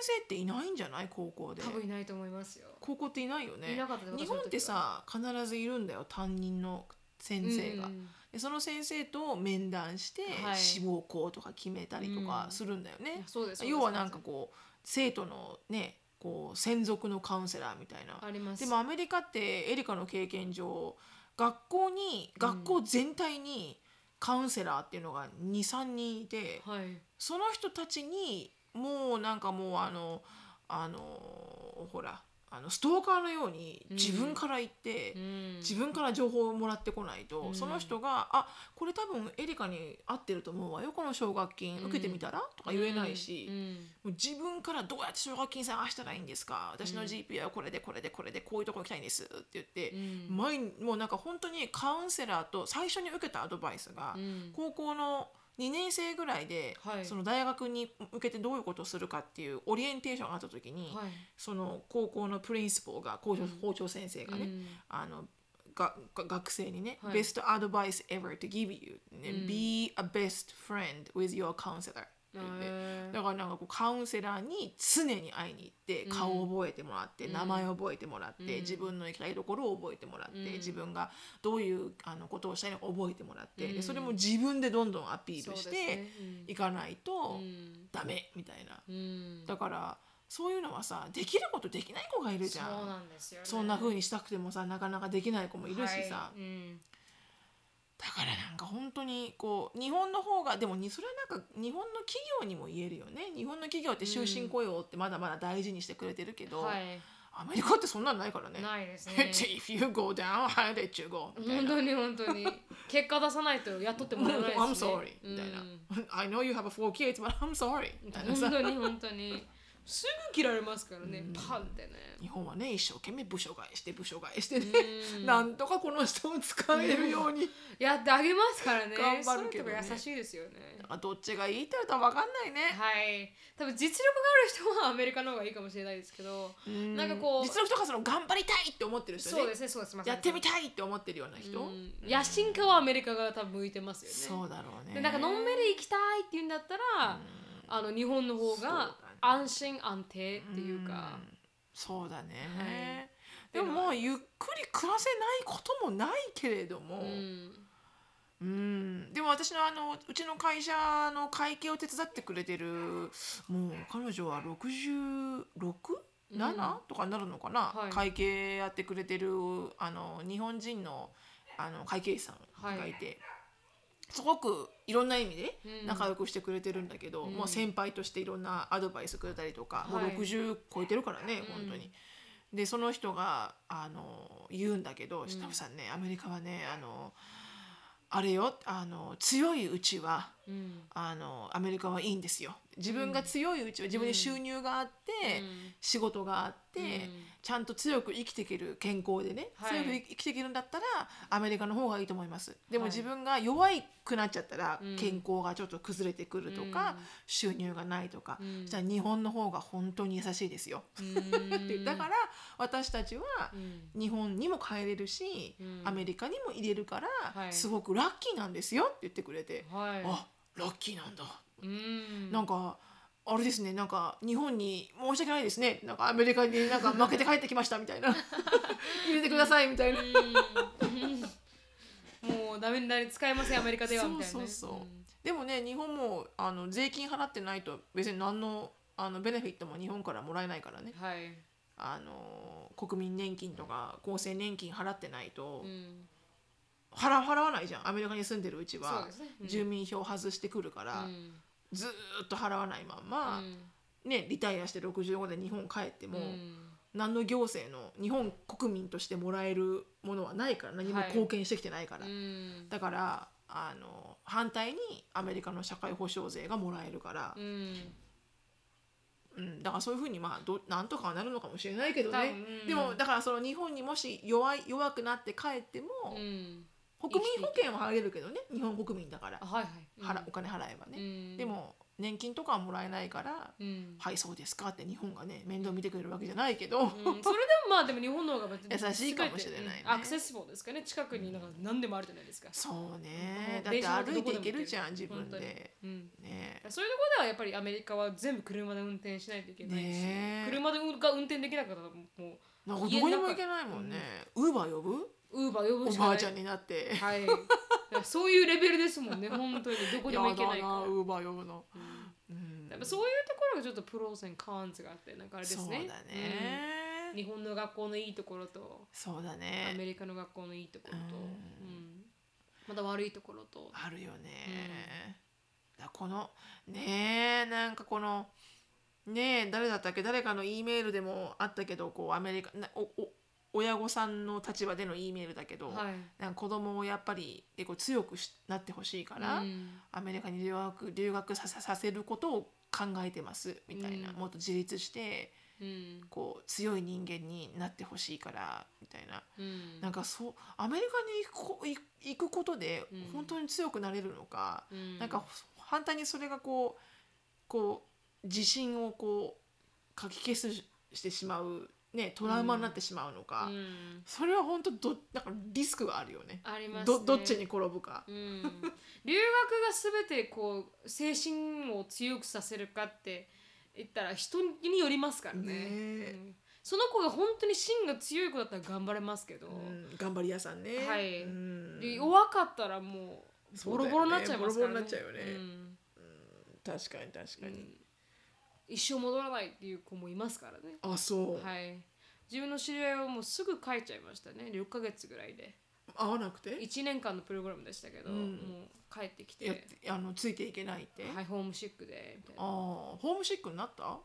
生っていないんじゃない高校で多分いないと思いますよ、高校っていないよねいなかったです日本ってさ必ずいるんだよ担任の先生が、うんでその先生と面談して、はい志望校とか決めたりとかうんするんだよいねや、そうです要はなんかそうこう生徒のねこう専属のカウンセラーみたいなですありますでもアメリカってエリカの経験上学校にうん学校全体にカウンセラーっていうのが23人いてはいその人たちにもうなんかもうあのあのほらあのストーカーのようにうん自分から行って、うん自分から情報をもらってこないと、うんその人が「あこれ多分エリカに合ってると思うわよこの奨学金受けてみたら?」とか言えないし。うんもう自分からどうやって奨学金探したらいいんですか私のうん GPA はこれでこれでこれでこういうとこ行きたいんですって言ってう、ん前にもうなんか本当にカウンセラーと最初に受けたアドバイスが、うん高校の2年生ぐらいで、はいその大学に向けてどういうことをするかっていうオリエンテーションがあった時に、はいその高校のプリンシポーが校長,、校長先生がね、うんあのがが学生にね、はい Best advice ever to give you、ねうん Be a best friend with your counselor って言って。へーだからなんかこうカウンセラーに常に会いに行ってうん顔を覚えてもらって、うん名前を覚えてもらって、うん自分の行きたいところを覚えてもらって、うん自分がどういうあのことをしたいのか覚えてもらって、うんでそれも自分でどんどんアピーそうルでしすてねうんいかないとうんダメみたいな、うんだからそういうのはさできることできない子がいるじゃんそうなんですよねそんな風にしたくてもさなかなかできない子もいるしさ、はいうんだからなんか本当にこう日本の方がでもにそれはなんか日本の企業にも言えるよね日本の企業って終身雇用ってまだまだ大事にしてくれてるけど、はいアメリカってそんなんないからね。ないです ね If you go down, I let you go みたい本な。当に本当 に結果出さないと雇ってもらえないし、ね、 I'm sorry みたいなうん。 I know you have four kids, but I'm sorry みたいな本さ。当に本当にすぐ切られますからね、パンってね日本はね一生懸命部署替えして部署替えしてね、うん なんとかこの人を使えるように。やってあげますからね頑張るけどねそういうとこ優しいですよねだからどっちがいいって言ったら分かんないね。はい多分実力がある人はアメリカの方がいいかもしれないですけどなんかこう実力とかその頑張りたいって思ってる人ね。そうですねそうですまさやにってみたいって思ってるような人、うん野心家はアメリカが多分向いてますよねそうだろうねでなんかのんびり行きたいって言うんだったら、あの日本の方そうだねが安心安定っていうか、んそうだね、はいでももうゆっくり暮らせないこともないけれども、ううんんでも私のあのうちの会社の会計を手伝ってくれてるもう彼女は 66?7、うんとかになるのかな、はい会計やってくれてるあの日本人のあの会計士さんがいて、すごくいろんな意味でうん仲良くしてくれてるんだけど、うんもう先輩としていろんなアドバイスくれたりとか、はいもう60超えてるからね、うん本当に。でその人があの言うんだけど、シタフさんねアメリカはねあのあれよあの強いうちはうんあのアメリカはいいんですよ。自分が強いうちは自分で収入があって、うん仕事があって、うんちゃんと強く生きていける健康でね、はい強く生きていけるんだったらアメリカの方がいいと思いますでもはい自分が弱くなっちゃったら、うん健康がちょっと崩れてくるとか、うん収入がないとか、うんそしたら日本の方が本当に優しいですよ、 ってだから私たちはうん日本にも帰れるし、うんアメリカにも入れるから、はいすごくラッキーなんですよって言ってくれて、はい、あラッキーなんだうんなんかあれですねなんか日本に申し訳ないですねなんかアメリカになんか負けて帰ってきましたみたい な入れてくださいみたいなうん もうダメになり使えませんアメリカではみたいなねそうそうそうでもね日本もあの税金払ってないと別に何のあのベネフィットも日本からもらえないからねうんはい、あの国民年金とか厚生年金払ってないとうん払払わないじゃんアメリカに住んでるうちそうはですね住民票外してくるかうらんずーっと払わないまんまうんねリタイアして65で日本帰ってもうん何の行政の日本国民としてもらえるものはないから何もはい貢献してきてないから、うんだからあの反対にアメリカの社会保障税がもらえるからう、んうんだからそういうふうにまあどなんとかはなるのかもしれないけど多ね分うんでもだからその日本にもし弱い弱くなって帰っても、うん国民保険は払えるけどね日本国民だからあはいはい、うん払お金払えばうね、ん、で、も年金とかはもらえないから、うんはいそうですかって日本がね面倒見てくれるわけじゃないけど、うん、それでもまあでも日本の方が別に優しいかもしれないね全てうんアクセスボーですかね近くになんか何でもあるじゃないですか、そうもねうだって歩電車のどこでいていもけ行けるるじゃん自分本当にでうん、ねそういうところではやっぱりアメリカは全部車で運転しないといけないし、ねえ車で運が運転できなかったらもなんかどこにも行けないもんねウーバー呼ぶうウーバー呼ぶおしかばなあいちゃんになってはいだからそういうレベルですもんね本当にどこにも行けないやかだら、なウーバー呼ぶの、うんうんやっぱそういうところがちょっとプロセンカーンズがあってなんかあれですねそうだね、うん日本の学校のいいところとそうだアメねリカの学校のいいところと、ううんんまた悪いところと、あるよね、だこのねえなんかこのねえ誰だったっけ誰かの E メールでもあったけどこうアメリカなおお親御さんの立場での E メールだけど、はいなんか子供をやっぱりでこう強くしなってほしいから、うんアメリカに留学留学させさせることを考えてますみたいな、うんもっと自立してうんこう強い人間になってほしいからみたいなうんなんかそうアメリカに行くこ行行くことでうん本当に強くなれるのか、うんなんか反対にそれがこうこう自信をこうかき消すしてしまう、ね、トラウマになってしまうのか、うんそれは本当どなんかリスクがあるよねありますねどどっちに転ぶかう。ん、留学が全てこう精神を強くさせるかって言ったら人によりますからねねえうんその子が本当に芯が強い子だったら頑張れますけど、うん頑張り屋さんね、はいうんで弱かったらもうそうボだロボロよねになっちゃいますから、ボロボロになっちゃうよねん確かに確かに、一生戻らないっていう子もいますからねあそう、はい自分の知り合いはもうすぐ帰っちゃいましたね6ヶ月ぐらいで合わなくて1年間のプログラムでしたけど、うんもう帰ってきてやってあのついていけないって、はいホームシックでみたいあなあホームシックになった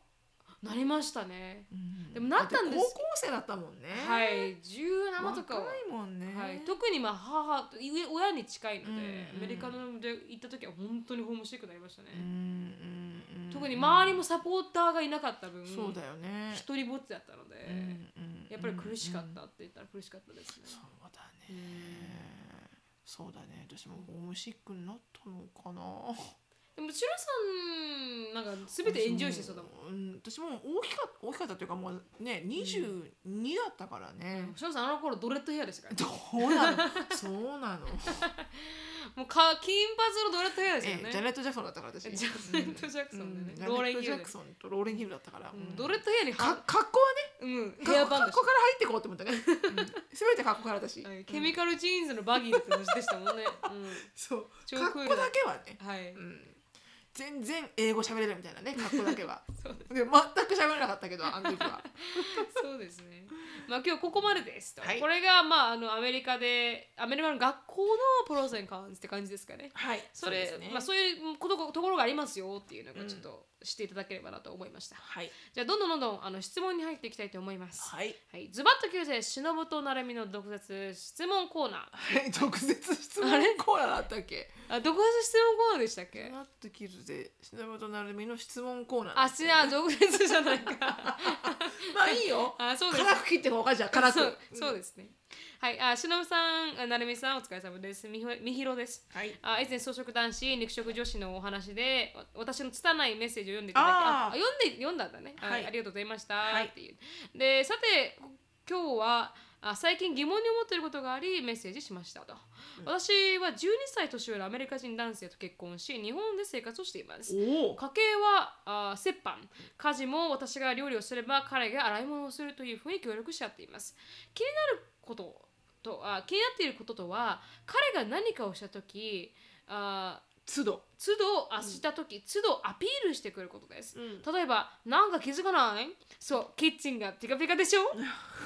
なりましたね。ででもなったんです高校生だったもんね。。はいい、17若とかは、いもんね。はい、特にまあ母と上親に近いので、うんアメリカので行った時は本当にホームシックになりましたねうん。うんうん特に周りもサポーターがいなかった分、そうだよね。一人ぼっちだったので、うんうんやっぱり苦しかっうんたって言ったら苦しかったですね。そうだうね。んそうだね。私もホームシックになったのかな。でもシロさんなんか全てエンジョイしてそうだもん。ん。私も大きかった大きかったというかもうね二十二だったからね。シロさんあの頃ドレッドヘアでしたからね、どうなの。そう なの。もうか金髪のドレッドヘアですよえね。えジャネットジャクソンだったから私。えジャネットジャクソンだねうんジャネローレッントヒジルャねクソンとローレンヒルだったから。うんうんドレッドヘアにはか格好はね。うん、ヘアバンド格し好から入っていこうと思ったね。 すべて格好から私。はい、うケんミカルジーンズのバギーって話でしたもん ね。うそう。超格クー好ルだけはね。ん、はい、うん。全然英語喋れるみた いなね。格好だけは。そうでで全く喋れなかったけどあの時は。そうですね。まあ今日ここまでですと。はいこれがまああのアメリカでアメリカの学校のプロセンカンズって感じですかね。はい。それうですねまあそういうことところがありますよっていうのをちょっとしていただければなと思いました。はいじゃあどんどんどんどんあの質問に入っていきたいと思います。はい。はい、ズバッと九世しのぶとなるみの独舌質問コーナはい。特設質あ問れコーナーだったっけ？ー。あ、独舌質問コーナーでしたっけ？ナットキルで忍本なるみの質問コーナー。あ、違う、独舌じゃないか。まあいいよ。あ、そうです辛。く切ってもおかしい辛く。そうそうですね。はい、あ、しのぶさん、あなるみさん、お疲れ様です。みひろみひろです。はい。あ、以前草食男子、肉食女子のお話で、わ私の拙いメッセージを読んでいただき、ああー読んで読んだんだね、ははいい。ありがとうございました、はいっていう。で、さて、今日はあ最近疑問に思っていることがありメッセージしましたと、私は12歳年上のアメリカ人男性と結婚し日本で生活をしていますおお。家計はあー折半家事も私が料理をすれば彼が洗い物をするというふうに協力し合っています気になることとあー気になっていることとは彼が何かをした時あー都度。都度あした時、都度アピールしてくることですうん。例えば「なんか気づかないそうキッチンがピカピカでしょ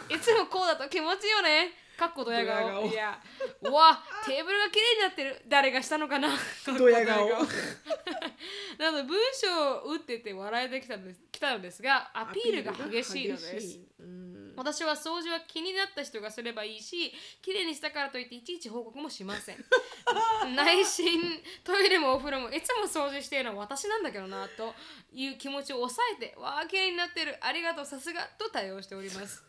いつもこうだと気持ちいいよね」かっこドヤ顔ドヤ顔いやうわテーブルが綺麗になってる誰がしたの かなドヤ顔 なので文章を打ってて笑えてきたのです来たのですがアピールが激しいのですうん。うん私は掃除は気になった人がすればいいし綺麗にしたからといっていちいち報告もしません 内心トイレもお風呂もいつも掃除しているのは私なんだけどなという気持ちを抑えて「わあ綺麗になってるありがとうさすが」と対応しております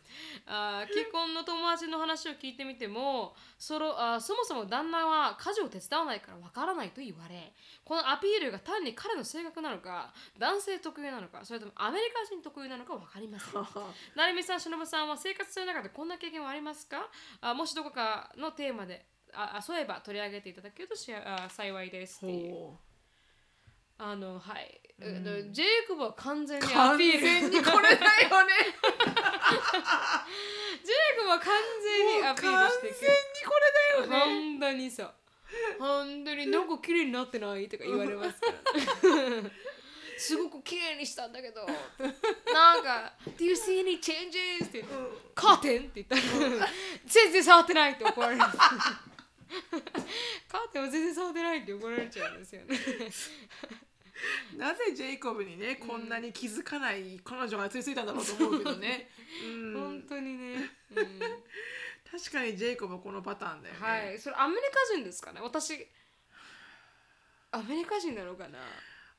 あー 既婚の友達の話を聞いてみてもそろあーそもそも旦那は家事を手伝わないからわからないと言われこのアピールが単に彼の性格なのか男性特有なのかそれともアメリカ人特有なのか分かりません成美さん、しのぶさんは生活する中でこんな経験はありますかあもしどこかのテーマで、ああそういえば取り上げていただけるとしあ幸いですっていう。ほあの、はい。うんえっとジェイコブは完全うにア完ピール。 ジェイ全にこれだよねコブは完全にもアう完ピ全にールしていく。これだよ本ね当にそう。本当になんか綺麗になってないとか言われますから。 すごく綺麗にしたんだけど、なんか、Do you see any changes? って言ってう、んカーテンって言ったら、全然触ってないって怒られる。カーテンは全然触ってないって怒られちゃうんですよね。なぜジェイコブにねこんなに気づかない彼女がついついたんだろうと思うけ どね、うん本当にね。うん確かにジェイコブはこのパターンだよね、はい、それアメリカ人ですかね。私、アメリカ人なのかな。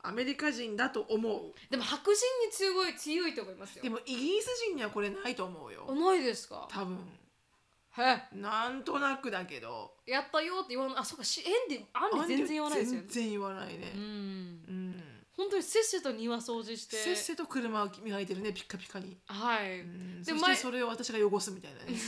アメリカ人だと思うでも白人に強い強いと思いますよで。もイギリス人にはこれないと思うよないですか。多分へなんとなくだけどえやったよって言わない。あ、そうか。し、エンディ、アンディ全然言わないですよね全。然言わないねうんう。ん本当にせっせと庭掃除して。せっせと車を磨いてるねピッカピカに、はい。うん、でそして前それを私が汚すみたいなね、うん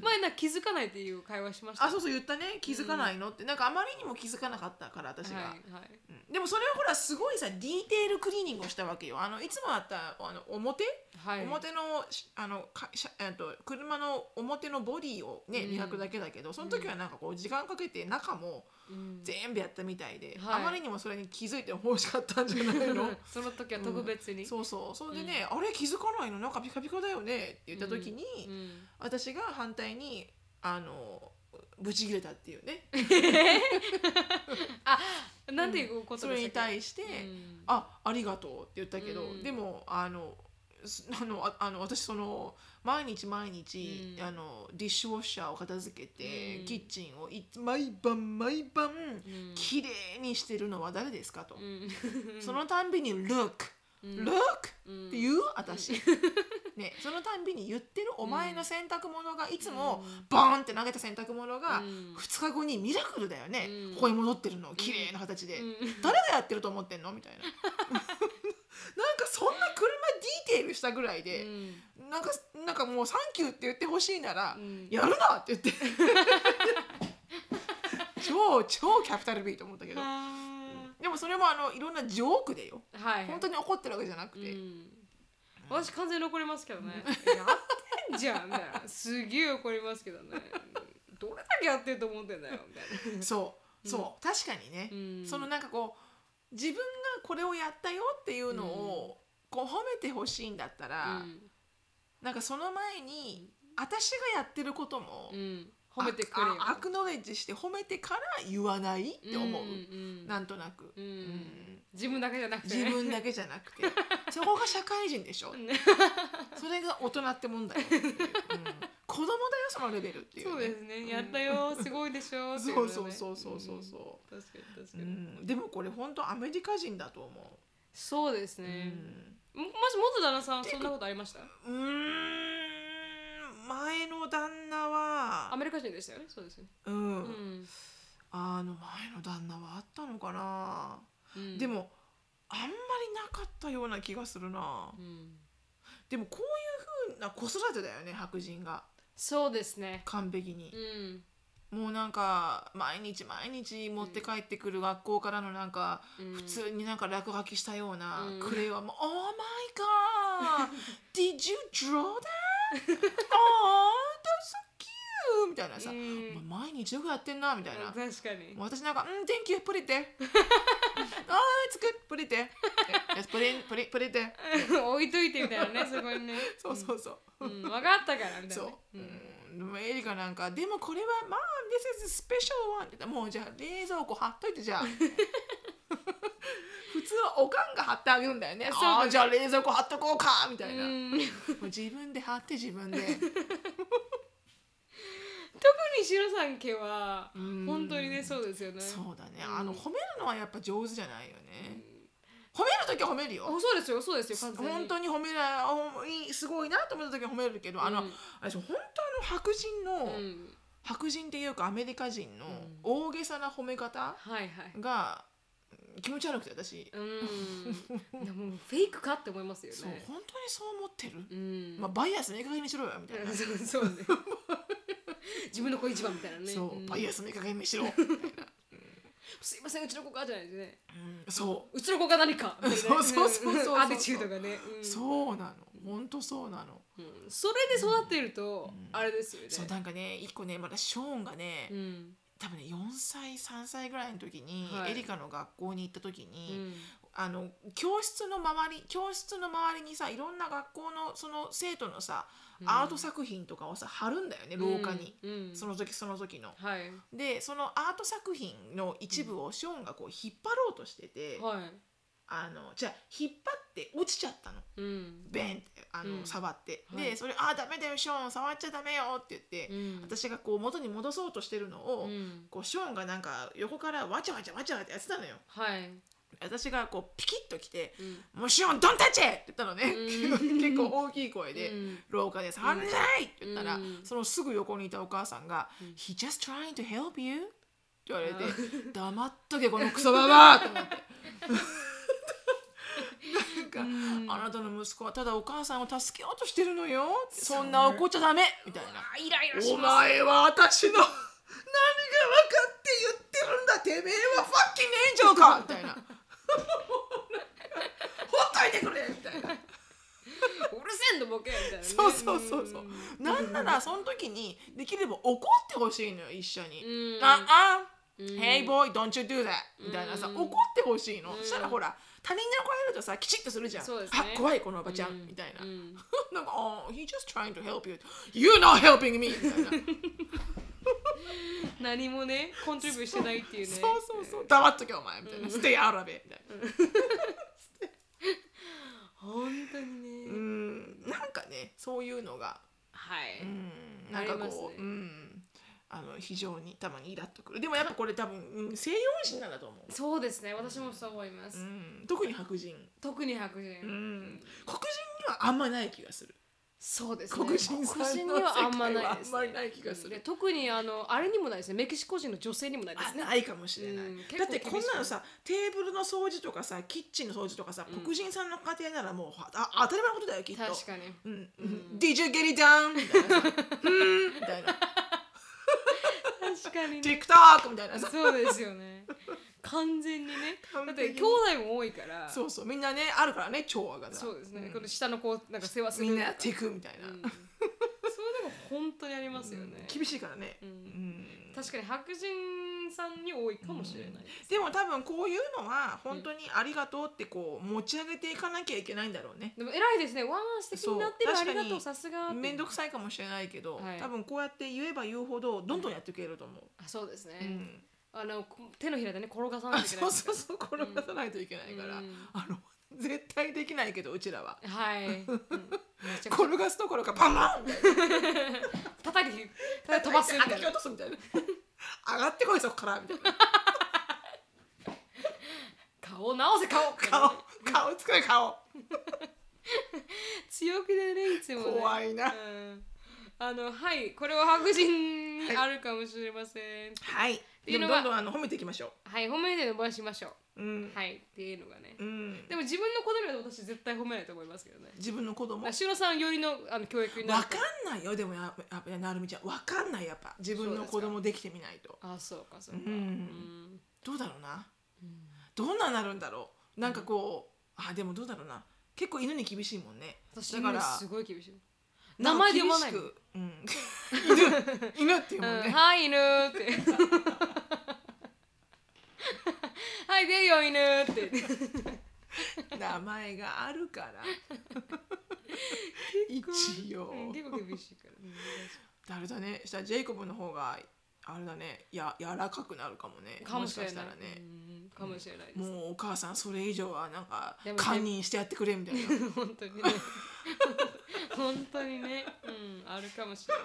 前なんか気づかないっていう会話しました。あそうそう言ったね気づかないのってなんかあまりにも気づかなかったから私が、はいはい。うんでもそれはほらすごいさディテールクリーニングをしたわけよあのいつもあったあの表、はい。表のしあのかしゃえっと車の表のボディをねうん磨くだけだけどその時はなんかこう時間かけて中もうん全部やったみたいで、はいあまりにもそれに気づいて欲しかったんじゃないのその 時は特別に。そうそうそれでね、あれ気づかないのなんかピカピカだよねって言った時に、うん私が反対にあのブチ切れたっていうねなんていうことそでれしにたっけ。対して、うんあありがとうって言ったけど、うんでもあのす あのああの私その毎日毎日、うんあのディッシュウォッシャーを片付けて、うんキッチンをい毎晩毎晩うん綺麗にしてるのは誰ですかと、うんそのたんびに「Look!、うん Look!」うんって言う私、 ね、そのたんびに言ってるお前の洗濯物がいつもうんバーンって投げた洗濯物がうん2日後にミラクルだよね、うんここに戻ってるの綺麗な形で、うん誰がやってると思ってんのみた いななんかそんな車ディテールしたぐらいで、なんかなんかもう「サンキュー」って言ってほしいならう「んやるな!」って言って 超超キャピタル B と思ったけどはでもそれもあのいろんなジョークでよい。本当に怒ってるわけじゃなくて、うん私完全に怒りますけどね。やってんじゃんみたいな。すげえ怒りますけどね。どれだけやってると思ってんだよみたいな。そうそう、確かにね、うんそのなんかこう自分がこれをやったよっていうのを、こう褒めてほしいんだったら、うんなんかその前に私がやってることも、うん褒めてくれよ。ああアクノレッジして褒めてから言わないって思う、んんなんとなく、うんん自分だけじゃなくて自ね。分だけじゃ なくてそこが社会人でしょね それが大人っても んだよっていう、うん、子供だよそのレベルっていう、ね、そうですね。やったよ。すごいでしょ。っていそうのねそうそうそうそうそうん確かに確う、かうに。ん、でもこれ本当アメリカ人だと思うそうですね。ももし元旦那さんはそんなことありました？うんうーん前の旦那はアメリカ人でしたよね。そうですよね。うん、うんあの前の旦那はあったのかな、うんでもあんまりなかったような気がするなうんでもこういうふうな子育てだよね白人がそうですね。完璧にう、んもうなんか毎日毎日持って帰ってくる学校からのなんか、うん普通になんか落書きしたようなうんクレヨンも「Oh my god! Did you draw that? oh, that's so cute!」みたいなさ、うんお前毎日よくやってんなみたいな確かに。私なんか「うん Thank you! Put it there! あー It's good! Put it there! Yes, put it, put it, put it there! 置いといてみたい なねそこにね。そうそうそう。うん分かったからみたいなそうね。、うんん、でもエリカなんか「でもこれはまあ This is a special one」って言ったらもうじゃあ冷蔵庫貼っといてじゃあ普普通はおかんが貼ってあげるんだよねそうああじゃあ冷蔵庫貼っとこうかみたいな、もうんう自分で貼って自分で特に白さん家はうん本当にねそうですよねそうだねうんあの褒めるのはやっぱ上手じゃないよね褒める時は褒めるよあそうですよそうですよ完全に本当に褒めらおいいすごいなと思った時は褒めるけどあの、うん私本当の白人の、うん白人っていうかアメリカ人のうん大げさな褒め方はいはいがうん気持ち悪くて私、 うんいやもうフェイクかって思いますよねそう本当にそう思ってる、うんまあ、バイアスねいい加減にしろよみたいな、 そうそう ね自分の子一番みたいなねそう、んバイアスのいい加減に しろ、すいませんうちの子がじゃないですねそうちの子が何かみたいな そうそうそうそうそうんアティチュードがね、うう、んそうなの本当そうなの、うんそれで育ってると、うんあれですよねそうなんかね一個ねまだショーンがね、うん多分ね4歳3歳ぐらいの時に、はいエリカの学校に行った時うに、んあの教室の周り教室の周りにさいろんな学校のその生徒のさ、アート作品とかをさ貼るんだよね廊下に、、うんうんその時その時の。はいでそのアート作品の一部をショーンがこう引っ張ろうとしてて、はいあのじゃあ引っ張って落ちちゃったのうんベンってあの、うん触って。はいでそれ「ああダメだよショーン触っちゃダメよ」って言って、うん私がこう元に戻そうとしてるのを、うんこうショーンがなんか横からわちゃわちゃわちゃわちゃやってたのよ。はい、私がこうピキッと来てうん「もうショーンドンタッチ!」って言ったのね、うん 結構大きい声で。うん廊下で「触るんじゃない!」って言ったら、うんそのすぐ横にいたお母さんが「He just trying to help you」って言われて「黙っとけこのクソババア!」と 思って。なんか、あなたの息子はただお母さんを助けようとしてるのよってそんな怒っちゃダメみたいなあイライラおします前は私の何が分かって言ってるんだてめえはファッキン炎上かみた いなほっといてくれみたいなうるせえんだボケみたいな、ね、そうそうそうそんう。なんならその時にできれば怒ってほしいのよ一緒に。うんああ、うん Hey boy don't you do that みたいなさうん怒ってほしいの。うんそしたらほら他人に怒られるとさきちっとするじゃん。そうですねあ怖いこのおばちゃうんみたいなう。ん なんかあ He just trying to help you you're not helping me み たいな。何もねコントリビューしてないっていうねそうそうそう黙っとけお前みたいな。Stay out of it みたいな。本当にね、うんなんかねそういうのがはい、うんなあんりかますこねううんあの非常にたまにイラっとくる。でもやっぱこれ多分うん西洋人なんだと思う。そうですね私もそう思います、うん特に白人、特に白人、うん、黒人にはあんまりない気がするそうですね黒人さん黒の人にはあんまないです、世界はあんまりない気がするうんで特にあのあれにもないですねメキシコ人の女性にもないであすねないかもしれない、うん結構だってこんなの厳しいさテーブルの掃除とかさキッチンの掃除とかさ、黒人さんの家庭ならもうあ当たり前のことだよきっと確かにに、うんうん、Did you get it done? みたいなさうんみ たいな確かにね TikTok みたいなさそうですよね完全にね完だって璧に兄弟も多いからそうそうみんなねあるからね調和がさそうですね、この下の子なんか世話するみんなやとっかていくみたいな、うん、それでも本当にありますよね、厳しいからね、うんうん確かに白人さんに多いかもしれないです、でも多分こういうのは本当にありがとうってこう持ち上げていかなきゃいけないんだろうね。でも偉いですねわあ素敵になってるそうあ確りかにがとうさすがって面倒くさいかもしれないけど、はい多分こうやって言えば言うほどどんどんやっていけると思う。あそうですね、うん、あのこ手のひらでね転がさなあいといけなそいうですそかうそう転がさないといけないから、うんあの絶対できないけどうちらはらはい、うん、めちゃくちゃ転がすところかパンパンって叩いて叩いて飛ばすみた叩いきな落とすみ たいな上がってこいそこからみたいな顔直せ顔顔顔作れ顔強気でねいつも、ね、怖いなうん、あのはいこれは白人にあるかもしれませんはいていでうのもがどんどんあの褒めていきましょはい褒めで伸ばしましょうう、うんはいっていうのがねうん、でも自分の子供だと私絶対褒めないと思いますけどね自分の子供シロさんよりのあの教育になわるかんないよでもややっぱなるみちゃんわかんないやっぱ自分の子供できてみないとあそうかそうか、うんうんどうだろうな、どんなになるんだろうなんかこう、あでもどうだろうな結構犬に厳しいもんね私だから犬すごい厳しい名なん前かで厳呼ばしないくのうん、犬犬っていうもんうん、ね、はい犬って はい出るよ犬って名前があるから 一応 うん結構厳しいから、うん誰だねしたらジェイコブの方があれだねや柔らかくなるかもねかもしれしなかいしたらね、うんかもしれないです、もうお母さんそれ以上はなんかでも堪忍してやってくれ みたいな本当にね本当にねうんあるかもしれない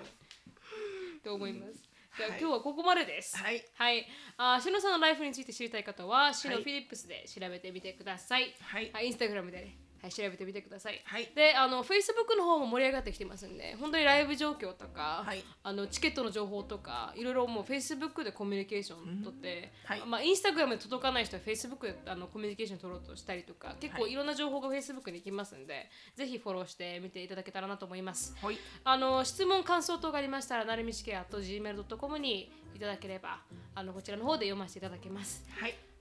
と思いますじゃあ、はい今日はここまでですはいはい、あーしのさんのライフについて知りたい方は、しのはフいィリップスで調べてみてください。はいはい、インスタグラムで、ね、はい、調べてみてください。はいで、あの、Facebook の方も盛り上がってきてますんで、本当にライブ状況とか、はいあのチケットの情報とか、いろいろもう Facebook でコミュニケーション取って、うんはいまあ、インスタグラムで届かない人は Facebook であのコミュニケーション取ろうとしたりとか、結構はいいろんな情報が Facebook に行きますんで、ぜひフォローしてみていただけたらなと思います。ほいあの質問感想等がありましたらなるみしけあと gmail.com にいただければあのこちらの方で読ませていただけますはい